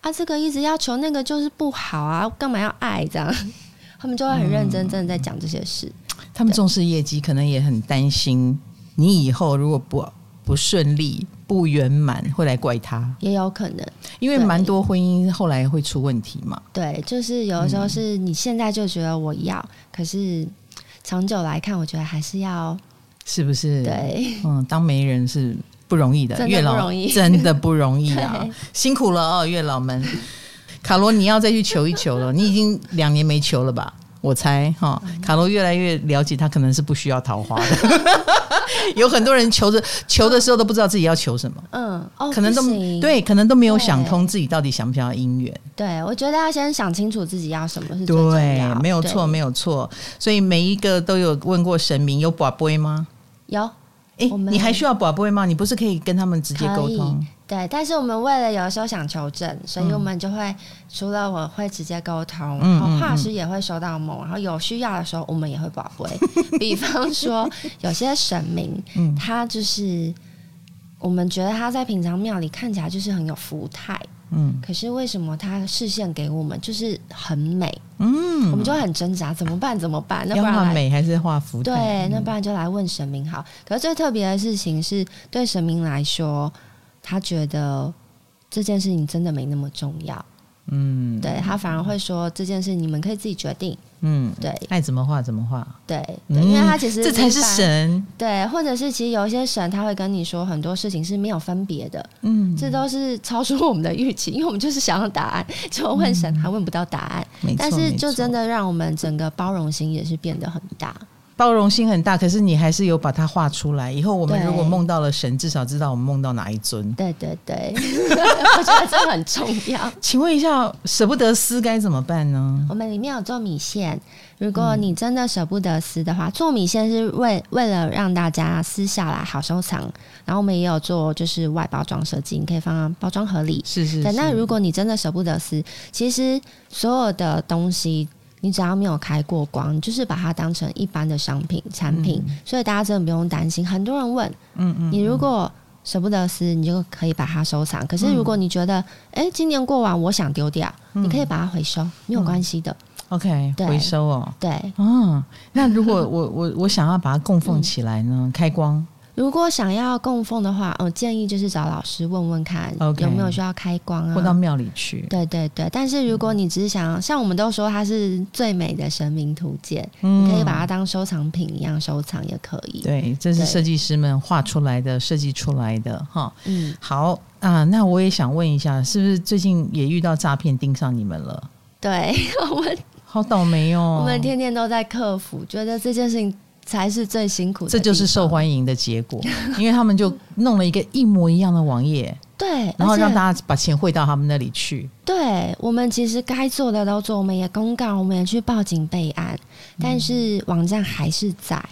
啊，这个一直要求那个就是不好啊，干嘛要爱这样？ 他们就会很认真，真的在讲这些事。他们重视业绩，可能也很担心你以后如果不不顺利、不圆满，会来怪他，也有可能，因为对蛮多婚姻后来会出问题嘛。对，就是有的时嗯候是你现在就觉得我要，可是长久来看，我觉得还是要是不是？，对，嗯，当媒人是不容易的，真的月老不容易 真的不容易啊 对，辛苦了哦，月老们。卡罗，你要再去求一求了，你已经两年没求了吧？我猜哈，嗯卡罗越来越了解他可能是不需要桃花的， 有很多人求着求的时候都不知道自己要求什么，嗯，哦，可能都不行对，可能都没有想对通自己到底想不想要姻缘。对，我觉得要先想清楚自己要什么是最重对要，没有错，没有有错。所以每一个都有问过神明有卜龟吗？有诶，我们你还需要卜龟吗？你不是可以跟他们直接沟可以通？对，但是我们为了有时候想求证，所以我们就会、除了我会直接沟通，嗯然后嗯画嗯师也会收到梦，然后有需要的时候我们也会 宝贝。比方说有些神明，嗯他就是我们觉得他在平常庙里看起来就是很有福态，嗯可是为什么他视线给我们就是很美，嗯，我们就很挣扎，怎么办？怎么办？那不要然画来美嗯还是画福？对，那不然就来问神明好。可是最特别的事情是，对神明来说，他觉得这件事情真的没那么重要，嗯对他反而会说这件事你们可以自己决定。嗯，对爱怎么画怎么画，对对，嗯因为他其实这才是明白。神。对，或者是其实有一些神他会跟你说很多事情是没有分别的，嗯，这都是超出我们的预期，因为我们就是想要答案，就问神嗯还问不到答案。没错但是就没错真的让我们整个包容心也是变得很大。包容心很大，可是你还是有把它画出来。以后我们对如果梦到了神，至少知道我们梦到哪一尊。对对 对，我觉得这很重要。请问一下，舍不得撕该怎么办呢？我们里面有做米线，如果你真的舍不得撕的话，做米线是为为了让大家撕下来好收藏。然后我们也有做就是外包装设计，你可以放到包装盒里。是是对，是，那如果你真的舍不得撕，其实所有的东西。你只要没有开过光，你就是把它当成一般的商品产品，所以大家真的不用担心。很多人问，嗯嗯，你如果舍不得撕，你就可以把它收藏。可是如果你觉得，哎、今年过完我想丢掉，嗯你可以把它回收，没有关系的。 OK 对回收哦。对，哦，那如 果我我我想要把它供嗯奉起来呢？开光如果想要供奉的话，嗯、建议就是找老师问问看 OK 有没有需要开光或到啊。庙里去，对对对，但是如果你只是想，像我们都说它是最美的神明图鉴，嗯你可以把它当收藏品一样收藏也可以。对，这是对设计师们画出来的、设计出来的哈。嗯，好啊，那我也想问一下，是不是最近也遇到诈骗盯上你们了？对，我们、好倒霉哦！我们天天都在克服，觉得这件事情才是最辛苦的这地方。就是受欢迎的结果，因为他们就弄了一个一模一样的网页，对，然后而且让大家把钱汇到他们那里去。对我们其实该做的都做，我们也公告，我们也去报警备案，但是网站还是在。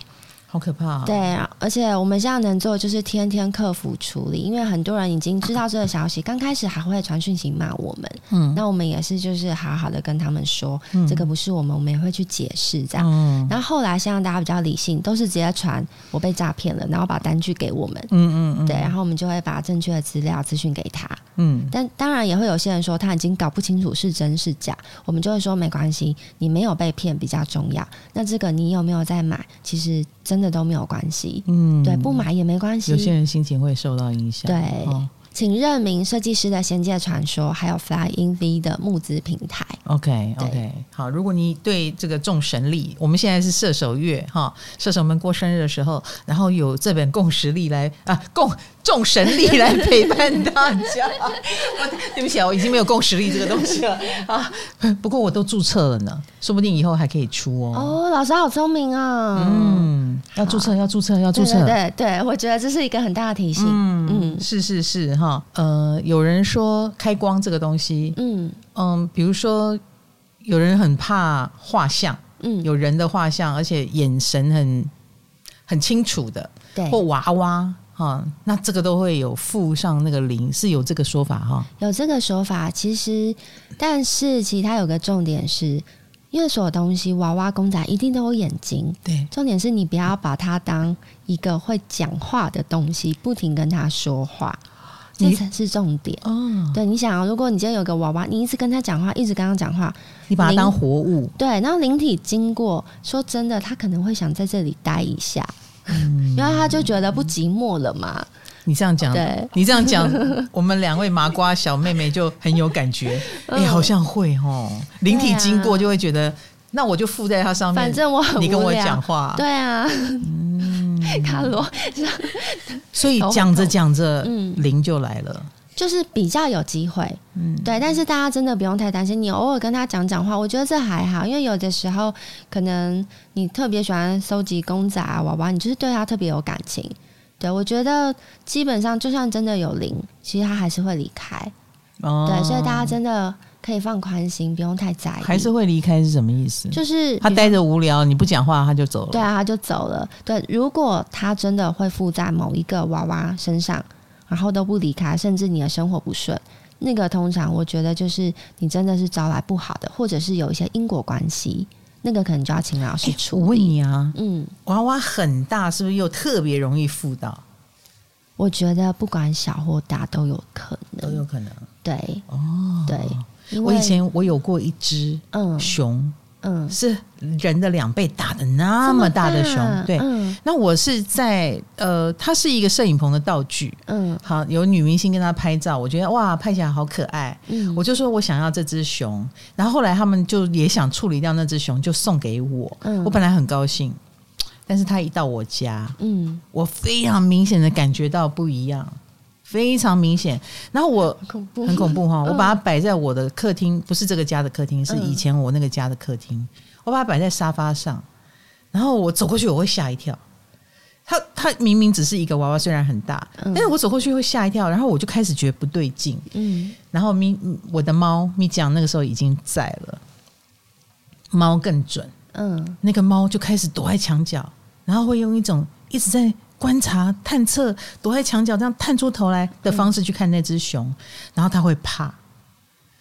好可怕、哦！对，啊，而且我们现在能做的就是天天客服处理，因为很多人已经知道这个消息，刚开始还会传讯息骂我们，嗯，那我们也是就是好好的跟他们说，嗯这个不是我们，我们也会去解释这样。嗯然后后来现在大家比较理性，都是直接传我被诈骗了，然后把单据给我们，嗯嗯嗯，对，然后我们就会把正确的资料资讯给他。嗯，但当然也会有些人说他已经搞不清楚是真是假，我们就会说没关系，你没有被骗比较重要。那这个你有没有在买，其实真的都没有关系，嗯对，不买也没关有些系。人心情会受到影响。对哦请认明设计师的《仙界传说》，还有 Fly In V 的募资平台。 OK 对 OK，好，如果你对这个众神力，我们现在是射手月哈，射手们过生日的时候，然后有这本共识力来啊共众神力来陪伴大 家。我对不起啊，我已经没有共识力这个东西了哦啊，不过我都注册了呢，说不定以后还可以出哦。哦，老师好聪明啊！嗯，嗯，要注册，要注册，要注对册对。对对，我觉得这是一个很大的提醒。嗯，嗯是是是哈，呃，有人说开光这个东西，嗯嗯，比如说有人很怕画像，嗯，有人的画像，而且眼神很很清楚的，对，或娃娃哈、那这个都会有附上那个灵，是有这个说法哈、有这个说法，其实，但是其实它有个重点是，因为所有东西，娃娃、公仔一定都有眼睛。对，重点是你不要把它当一个会讲话的东西，不停跟它说话，这你才是重点。哦，对，你想、啊，如果你今天有个娃娃，你一直跟他讲话，一直跟他讲话，你把它当活物，对，然后灵体经过，说真的，他可能会想在这里待一下，嗯 然后他就觉得不寂寞了嘛。你这样讲，对，你这样讲，我们两位麻瓜小妹妹就很有感觉，嗯哎、好像会哦，灵体经过就会觉得，那我就附在它上面，啊反正我很无聊。你跟我讲话，嗯对啊， 卡罗，所以讲着讲着，嗯灵就来了。就是比较有机会，嗯，对，但是大家真的不用太担心，你偶尔跟他讲讲话，我觉得这还好，因为有的时候可能你特别喜欢收集公仔啊、娃娃，你就是对他特别有感情。对我觉得基本上就算真的有灵，其实他还是会离开。哦对，所以大家真的可以放宽心，不用太在意。还是会离开是什么意思？就是他待着无聊，你不讲话他就走了。对啊，他就走了。对，如果他真的会附在某一个娃娃身上，然后都不离开，甚至你的生活不顺，那个通常我觉得就是你真的是招来不好的，或者是有一些因果关系，那个可能就要请老师诶哎我处问理。你啊，嗯，娃娃很大，是不是又特别容易附到？我觉得不管小或大都有可都能。有可能。对哦，对，因我为以前我有过一只嗯熊，嗯是人的两倍大的那么大的这么大熊，对。嗯那我是在呃，它是一个摄影棚的道具。嗯好，有女明星跟他拍照，我觉得哇，拍起来好可爱。嗯，我就说我想要这只熊，然后后来他们就也想处理掉那只熊，就送给我。嗯我本来很高兴，但是他一到我家，嗯我非常明显的感觉到不一样，非常明显。然后我恐怖很恐怖哈、嗯我把它摆在我的客厅，不是这个家的客厅，是以前我那个家的客厅。我把它摆在沙发上，然后我走过去我会吓一跳。它它明明只是一个娃娃，虽然很大，嗯但是我走过去会吓一跳，然后我就开始觉得不对劲。嗯然后咪我的猫咪酱那个时候已经在了，猫更准，嗯那个猫就开始躲在墙角，然后会用一种一直在观察、探测、躲在墙角这样探出头来的方式去看那只熊，然后它会怕。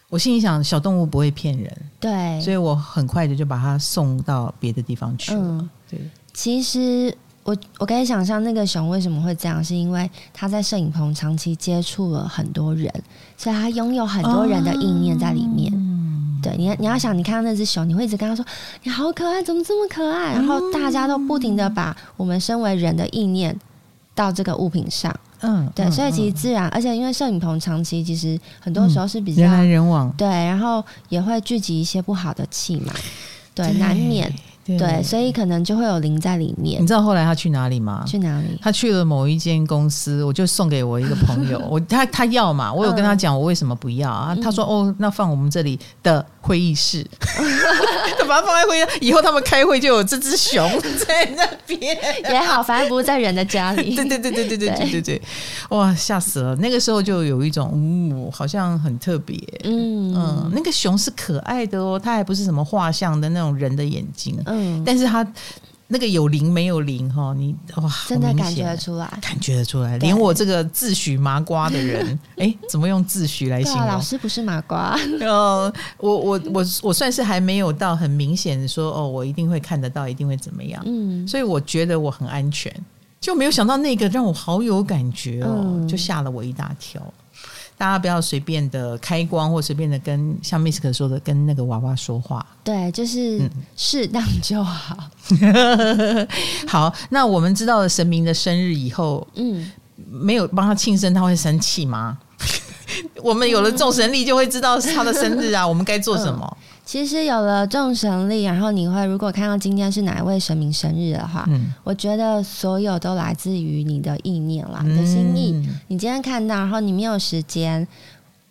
我心里想，小动物不会骗人，对，所以我很快的就把它送到别的地方去了。嗯对，其实我我可以想象那个熊为什么会这样，是因为他在摄影棚长期接触了很多人，所以他拥有很多人的意念在里面。哦对，你你要想，你看到那只熊，你会一直跟他说：“你好可爱，怎么这么可爱？”哦然后大家都不停的把我们身为人的意念到这个物品上。嗯，对，嗯所以其实嗯自然，而且因为摄影棚长期其实很多时候是比较、人来人往，对，然后也会聚集一些不好的气嘛，对，对难免对对，所以可能就会有灵在里面你。知道后来它去哪里吗？去哪 里？他去了某一间公司，我就送给我一个朋 友，我他他要嘛，我有跟他讲我为什么不要啊？他说哦，那放我们这里的会议 室，他把它放在会议室，以后他们开会就有这只熊在那边。也好，反正不是在人的家 里。对对对对对对对对对，哇，吓死了！那个时候就有一种，嗯，好像很特别。嗯嗯，那个熊是可爱的哦，它还不是什么画像的那种人的眼睛，嗯，但是它那个有灵没有灵哈、哦，你哇，好真的明感显啊觉出来。感觉得出来，对连我这个自诩麻瓜的 人，哎、怎么用自诩来对形啊，老容？师不是麻瓜。呃，我我我我算是还没有到很明显的说，哦，我一定会看得到，一定会怎么样，嗯，所以我觉得我很安全，就没有想到那个让我好有感觉哦，嗯就吓了我一大跳。大家不要随便的开光，或随便的跟像 Misk 说的跟那个娃娃说话。对，就是适当就好。好，那我们知道了神明的生日以后，嗯，没有帮他庆生，他会生气吗？ 我们有了众神力，就会知道是他的生日啊，我们该做什么？其实有了众神力，然后你会如果看到今天是哪一位神明生日的话，嗯，我觉得所有都来自于你的意念啦，你的心意。嗯你今天看到，然后你没有时间，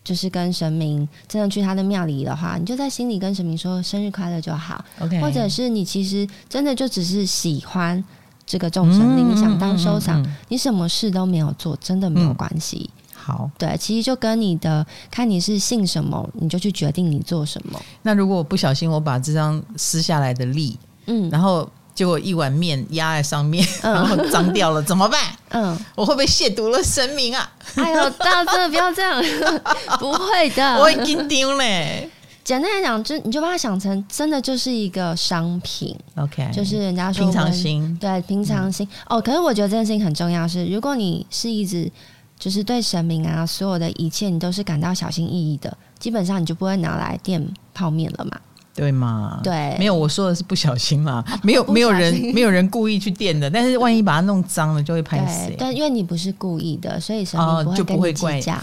就是跟神明真的去他的庙里的话，你就在心里跟神明说生日快乐就好。 OK，或者是你其实真的就只是喜欢这个众神力，你想当收嗯嗯藏，嗯嗯嗯你什么事都没有做，真的没有关系。好，对，其实就跟你的看你是信什么，你就去决定你做什么。那如果我不小心我把这张撕下来的力，嗯然后结果一碗面压在上面， 然后脏掉了，怎么办？嗯，我会不会亵渎了神明啊？哎呦，大家真的不要这样， 不会的。我已经丢嘞。简单来讲，就你就把它想成真的就是一个商品， OK，就是人家说哎平常文心。嗯对，平常心、哦。可是我觉得这件事情很重要是，如果你是一直就是对神明啊，所有的一切你都是感到小心翼翼的，基本上你就不会拿来垫泡面了嘛。对嘛？对哦啊没有，我说的是不小心啦，没有，不没有小人，心没有人故意去垫的，但是万一把它弄脏了，就会拍死对欸。，但因为你不是故意的，所以神哦明就会不跟会你怪计 较。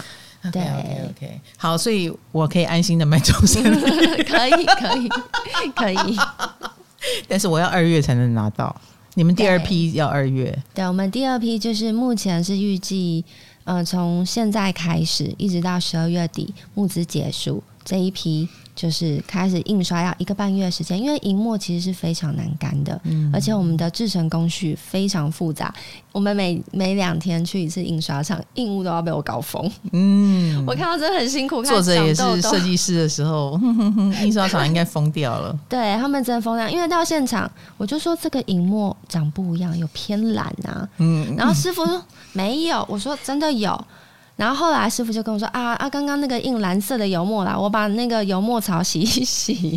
对 OK OK，好，所以我可以安心的买终 身礼，可以，可以， 可以。但是我要二月才能拿到。你们第二批要二月，对，我们第二批就是目前是预计，嗯、嗯，从现在开始一直到十二月底募资结束，这一批就是开始印刷要一个半月的时间，因为银墨其实是非常难干的，嗯而且我们的制成工序非常复杂，我们每每两天去一次印刷厂，印物都要被我搞疯，嗯， 我看到真的很辛苦，看作者也长是痘痘设计师的时候， 哼哼哼印刷厂应该疯掉了。对他们真的疯掉，因为到现场我就说这个银墨长不一样，有偏蓝啊，嗯，然后师傅说没有，我说真的有。然后后来师傅就跟我说啊啊，刚刚那个印蓝色的油墨啦，我把那个油墨槽洗 一洗。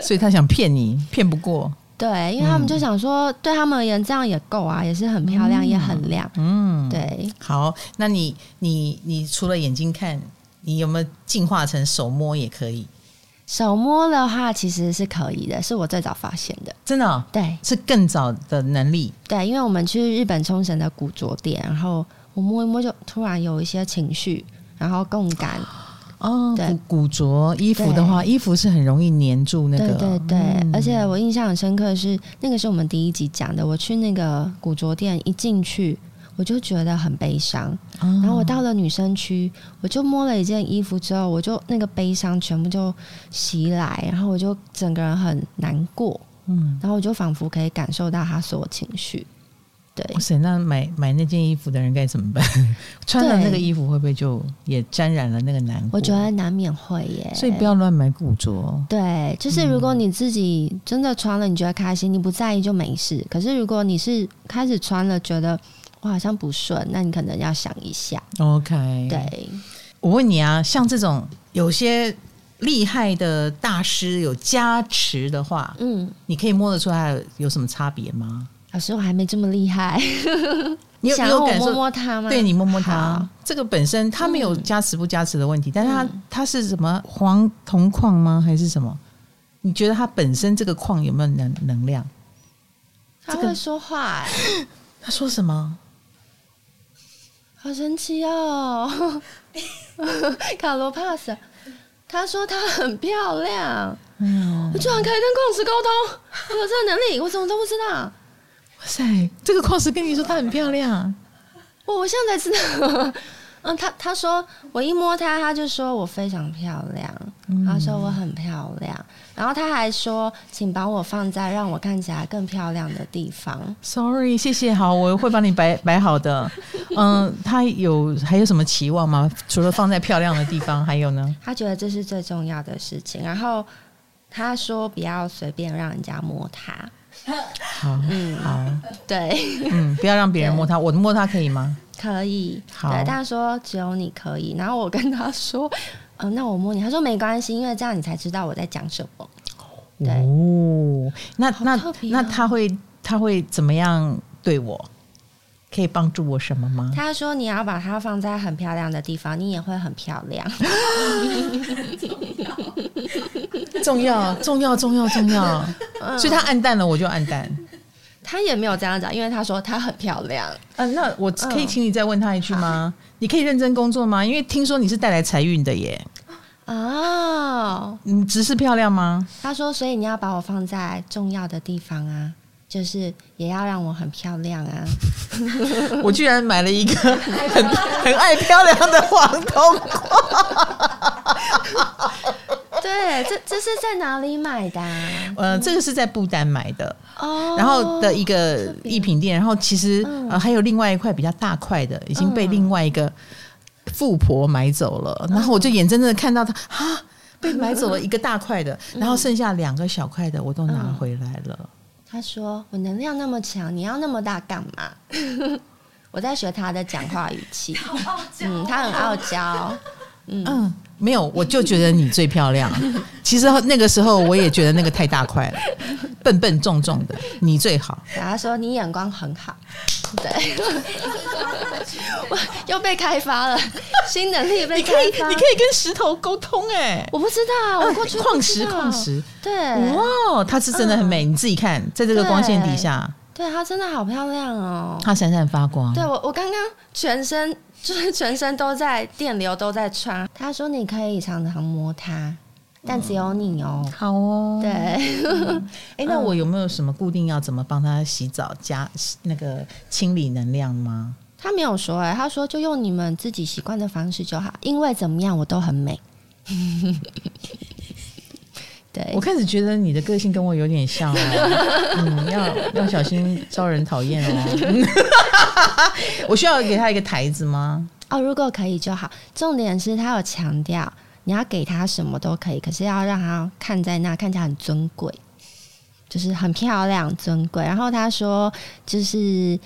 所以他想骗你，骗不过。对，因为他们就想说，对他们而言这样也够啊，也是很漂亮，也很亮。嗯，对，好，那你你你除了眼睛看，你有没有进化成手摸也可以？手摸的话其实是可以的，是我最早发现的。真的哦、对是更早的能力。对，因为我们去日本冲绳的古着店，然后我摸一摸就突然有一些情绪，然后共感，哦，对古古着衣服的话，衣服是很容易粘住那个。对对对，嗯而且我印象很深刻的是，那个是我们第一集讲的。我去那个古着店一进去，我就觉得很悲伤。哦然后我到了女生区，我就摸了一件衣服之后，我就那个悲伤全部就袭来，然后我就整个人很难过，嗯，然后我就仿佛可以感受到他所有情绪。对，哇塞，那买买那件衣服的人该怎么 办？穿了那个衣服会不会就也沾染了那个难过？我觉得难免会耶。所以不要乱买古着。对，就是如嗯果你自己真的穿了，你觉得开心，你不在意就没事。可是如果你是开始穿了，觉得我好像不顺，那你可能要想一下。 OK，，对，我问你啊，像这种有些厉害的大师有加持的话，嗯，你可以摸得出来有什么差别吗？老师我还没这么厉害，你有想你要有我感摸受？摸它吗？对你摸摸它好，嗯这个本身它没有加持不加持的问题，但是它它是什么黄铜矿吗？还是什么？你觉得它本身这个矿有没有能能量？它这个会说话、哎他说什么？好神奇哦！ 卡罗帕斯，他说她很漂亮，嗯，我居然可以跟矿石沟通，我有这个能力，我怎么都不知道。哇塞，这个矿石跟你说它很漂亮，我我现在才知道。 嗯，他他说我一摸她，她就说我非常漂亮，她说我很漂亮，然后她还说，请把我放在让我看起来更漂亮的地方。 Sorry，谢谢，好，我会帮你摆摆好 的。嗯，他有还有什么期望吗？除了放在漂亮的地方，还有呢？她觉得这是最重要的事情，然后她说不要随便让人家摸她。好，嗯，好，对，嗯，不要让别人摸它，我摸它可以吗？可以，好对，但说只有你可以。然后我跟她说，嗯，那我摸你，她说没关系，因为这样你才知道我在讲什么。对哦，那好那特别哦那他会他会怎么样对我？可以帮助我什么吗？他说：“你要把它放在很漂亮的地方，你也会很漂亮。 重要，重要，重要，重要。所以他暗淡了，我就暗淡。”他也没有这样讲，因为他说她很漂亮。嗯、那我可以请你再问他一句吗？你可以认真工作吗？因为听说你是带来财运的耶。哦，你只是漂亮吗？他说：“所以你要把我放在重要的地方啊，就是也要让我很漂亮啊。 我居然买了 一个很很爱漂亮的黄铜矿，对，这这是在哪里买的啊、呃，这个是在不丹买的，哦，然后的一个艺品店，然后其实、嗯呃还有另外一块比较大块的，已经被另外一个富婆买走了，然后我就眼睁睁的看到她啊被买走了一个大块的，然后剩下两个小块的我都拿回来了。他说：“我能量那么强，你要那么大干嘛？” 我在学他的讲话语气，嗯，他很傲娇。嗯。没有，我就觉得你最漂 亮。其实那个时候我也觉得那个太大块 了，笨笨重重的，你最好。然后他说你眼光很好， 对，我又被开发了，新能力被你开可以，发。你可以跟石头沟通哎、 我不知道，我过去矿不知石，道矿，石，对，嗯哇，它是真的很美，你自己看，在这个光线底下，对，她真的好漂亮哦。它闪闪发光。对我，我刚刚全身 就是全身都在电流都在穿。他说你可以常常摸它，但只有你哦。嗯好哦。对，哎、那我有没有什么固定要怎么帮它洗澡加那个清理能量吗？他没有说哎、他说就用你们自己习惯的方式就好，因为怎么样我都很美。 对我，开始觉得你的个性跟我有点像 哦，嗯，要要小心招人讨厌 哦。嗯 我需要给他一个台子吗？哦，如果可以就好。重点是他有强调，你要给他什么都可以，可是要让他看在那，看起来很尊贵，就是很漂亮、尊贵。然后他说，就是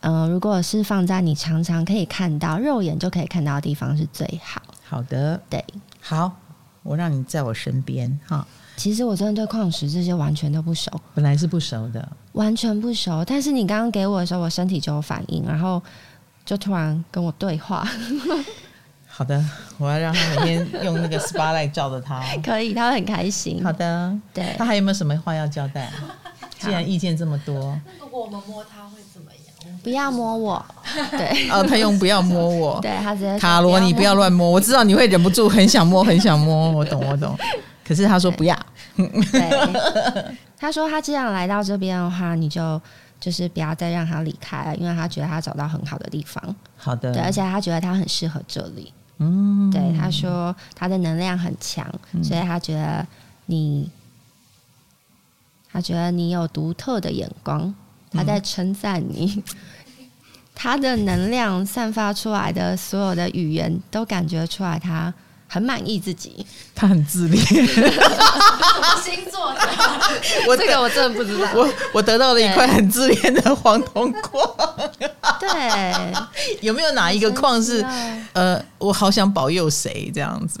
嗯、呃如果是放在你常常可以看到、肉眼就可以看到的地方是最好。好的，对，好，我让你在我身边哈。其实我真的对矿石这些完全都不熟，本来是不熟的，完全不熟。但是你刚刚给我的时候，我身体就有反应，然后就突然跟我对话。 好的，我要让他每天用 那个 spotlight 照着他。可以，他会很开心。好的，对他还有没有什么话要交代？既然意见这么多，那如果 我们摸它会怎么样？不要摸我。对呃，朋友不要摸我， 对，他直接说卡罗你不要摸乱摸，我知道你会忍不住很想摸，很想摸，我懂我懂。可是他说不要，我。对， 他说他既然来到这边的话，你就就是不要再让他离开了，因为他觉得他找到很好的地方，好的，对，而且他觉得他很适合这里。嗯，对，他说他的能量很强，所以他觉得你，他觉得你有独特的眼光，嗯他在称赞你。 他的能量散发出来的所有的语言，都感觉出来他很满意自己。 他很自恋。星座的， 我这个我真的不知道。我我得到了一块很自恋的黄铜矿，对，有没有哪一个矿真是的啊呃，我好想保佑谁这样子？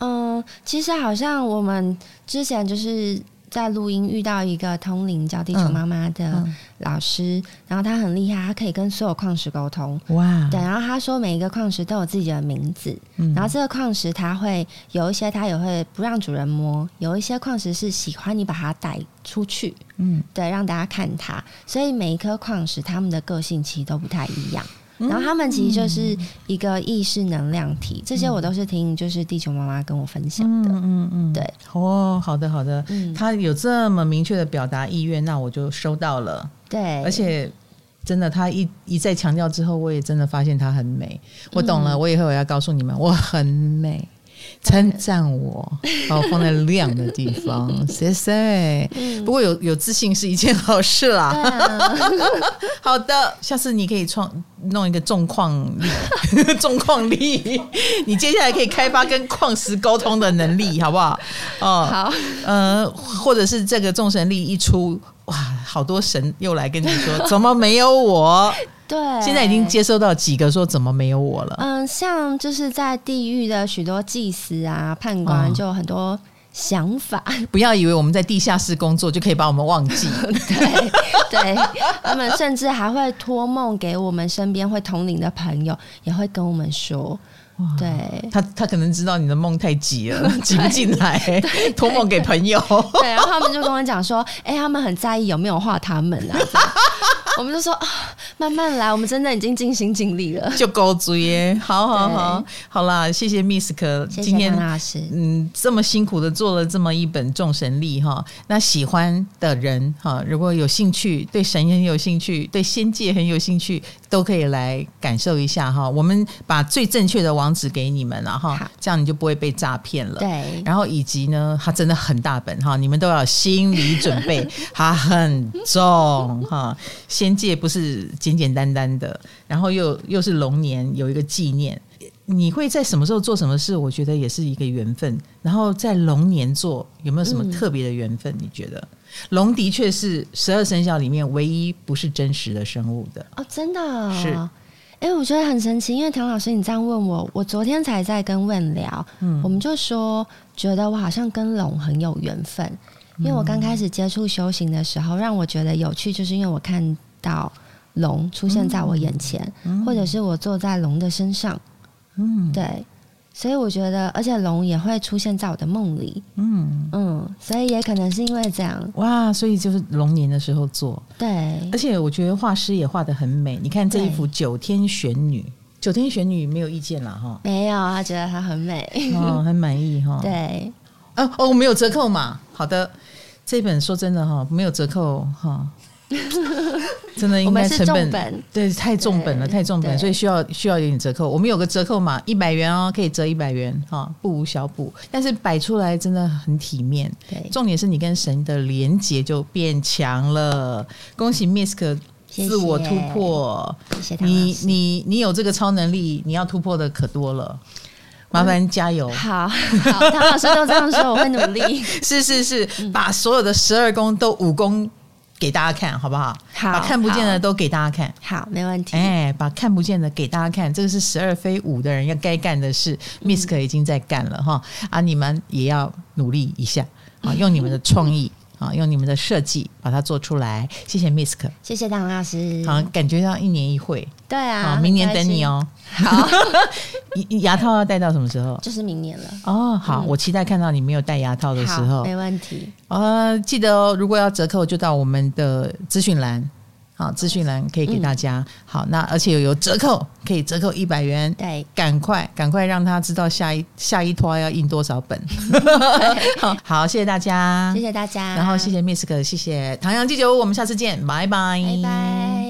嗯，其实好像我们之前就是在录音遇到一个通灵叫地球妈妈的嗯老师，然后他很厉害，他可以跟所有矿石沟通。哇对，然后他说每一个矿石都有自己的名字，嗯然后这个矿石它会有一些它也会不让主人摸，有一些矿石是喜欢你把它带出去，嗯，对，让大家看它。所以每一颗矿石它们的个性其实都不太一样。然后它们其实就是嗯一个意识能量体，这些我都是听就是地球妈妈跟我分享的。嗯嗯，对，哦，好的好的，嗯，他有这么明确的表达意愿，那我就收到了。对，而且真的，他一一再强调之后，我也真的发现她很美。我懂了，我以后我要告诉你们，我很美。称赞我，把我放在亮的地方，谢谢。不过有有自信是一件好事啦对。啊，好的，下次你可以创弄一个重矿力， 重矿力， 你接下来可以开发跟矿石沟通的能力，好不 好？哦，好，呃，或者是这个众神力一出，哇，好多神又来跟你 说，怎么没有我？对，现在已经接收到几个说怎么没有我了？嗯，像就是在地狱的许多祭司啊、判官，嗯就有很多想法，不要以为我们在地下室工作就可以把我们忘 记。对对，他们甚至还会托梦给我们身边会同龄的朋友，也会跟我们说，对。他他可能知道你的梦太急 了，挤不进来，托梦给朋友。对，然后他们就跟我讲说， 哎、他们很在意有没有画他们啊。 这样我们就说啊，慢慢来，我们真的已经尽心尽力了。就勾主耶，好好好，好啦，谢谢 Misk，谢今谢天唐老师，嗯，这么辛苦的做了这么一本《众神力》哈，那喜欢的人哈，如果有兴趣，对神很有兴趣，对仙界很有兴趣，都可以来感受一下哈。我们把最正确的网址给你们了哈好，这样你就不会被诈骗了。对，然后以及呢，它真的很大本哈，你们都要有心理准备，它很重哈。仙界不是简简单单的，然后又又是龙年有一个纪念，你会在什么时候做什么事？我觉得也是一个缘分。然后在龙年做有没有什么特别的缘分？你觉得龙的确是十二生肖里面唯一不是真实的生物的，哦，真的、哦、是哎、我觉得很神奇，因为唐老师你这样问我，我昨天才在跟问聊，嗯我们就说觉得我好像跟龙很有缘分，嗯因为我刚开始接触修行的时候，让我觉得有趣，就是因为我看到龙出现在我眼前，或者是我坐在龙的身上，嗯对，所以我觉得，而且龙也会出现在我的梦里，嗯，嗯，所以也可能是因为这样，哇，所以就是龙年的时候做，对，而，且我觉得画师也画的很美，你看这一幅《九天玄女》，《九天玄女》没有意见啦哈没有，他觉得它很美，哦，很满意哈。，对， 哦哦，没有折扣嘛？好的，这本说真的哈，没有折扣哈。真的我应们该是成重本本，对太重本了，对太重本了，对所以需要需要有点折扣。我们有个折扣码，一百元哦，可以折一百元哈、不无小补。但是摆出来真的很体面，对，重点是你跟神的连接就变强了。恭喜 Misk 谢谢自我突破，谢谢唐老你师你你有这个超能力，你要突破的可多了，麻烦加油。好好，唐老师都这样说，我会努 力。是是是，把所有的十二宫都武功给大家看，好不好？好把看不见的好都给大家看。好，没问题。哎，把看不见的给大家看，这个是十二飞五的人要该干的事，Misk 已经在干了哈啊！你们也要努力一下 啊，用你们的创意啊，用你们的设计把它做出来。谢谢 Misk，谢谢唐老师。好，感觉到一年一会对啊啊，，明年等你哦。哦。好，你牙套要戴到什么时候？就是明年了。哦，好，我期待看到你没有戴牙套的时嗯好，候。没问题。呃，记得哦，如果要折扣，就到我们的资讯栏。好，资讯栏可以给大嗯家。好，那而且有有折扣，可以折扣一百元。对，赶快赶快让他知道下一下一拖要印多少 本。好好，谢谢大家，谢谢大家，然后谢，谢 Misk，谢谢唐阳鸡酒屋，我们下次见，拜拜，拜拜。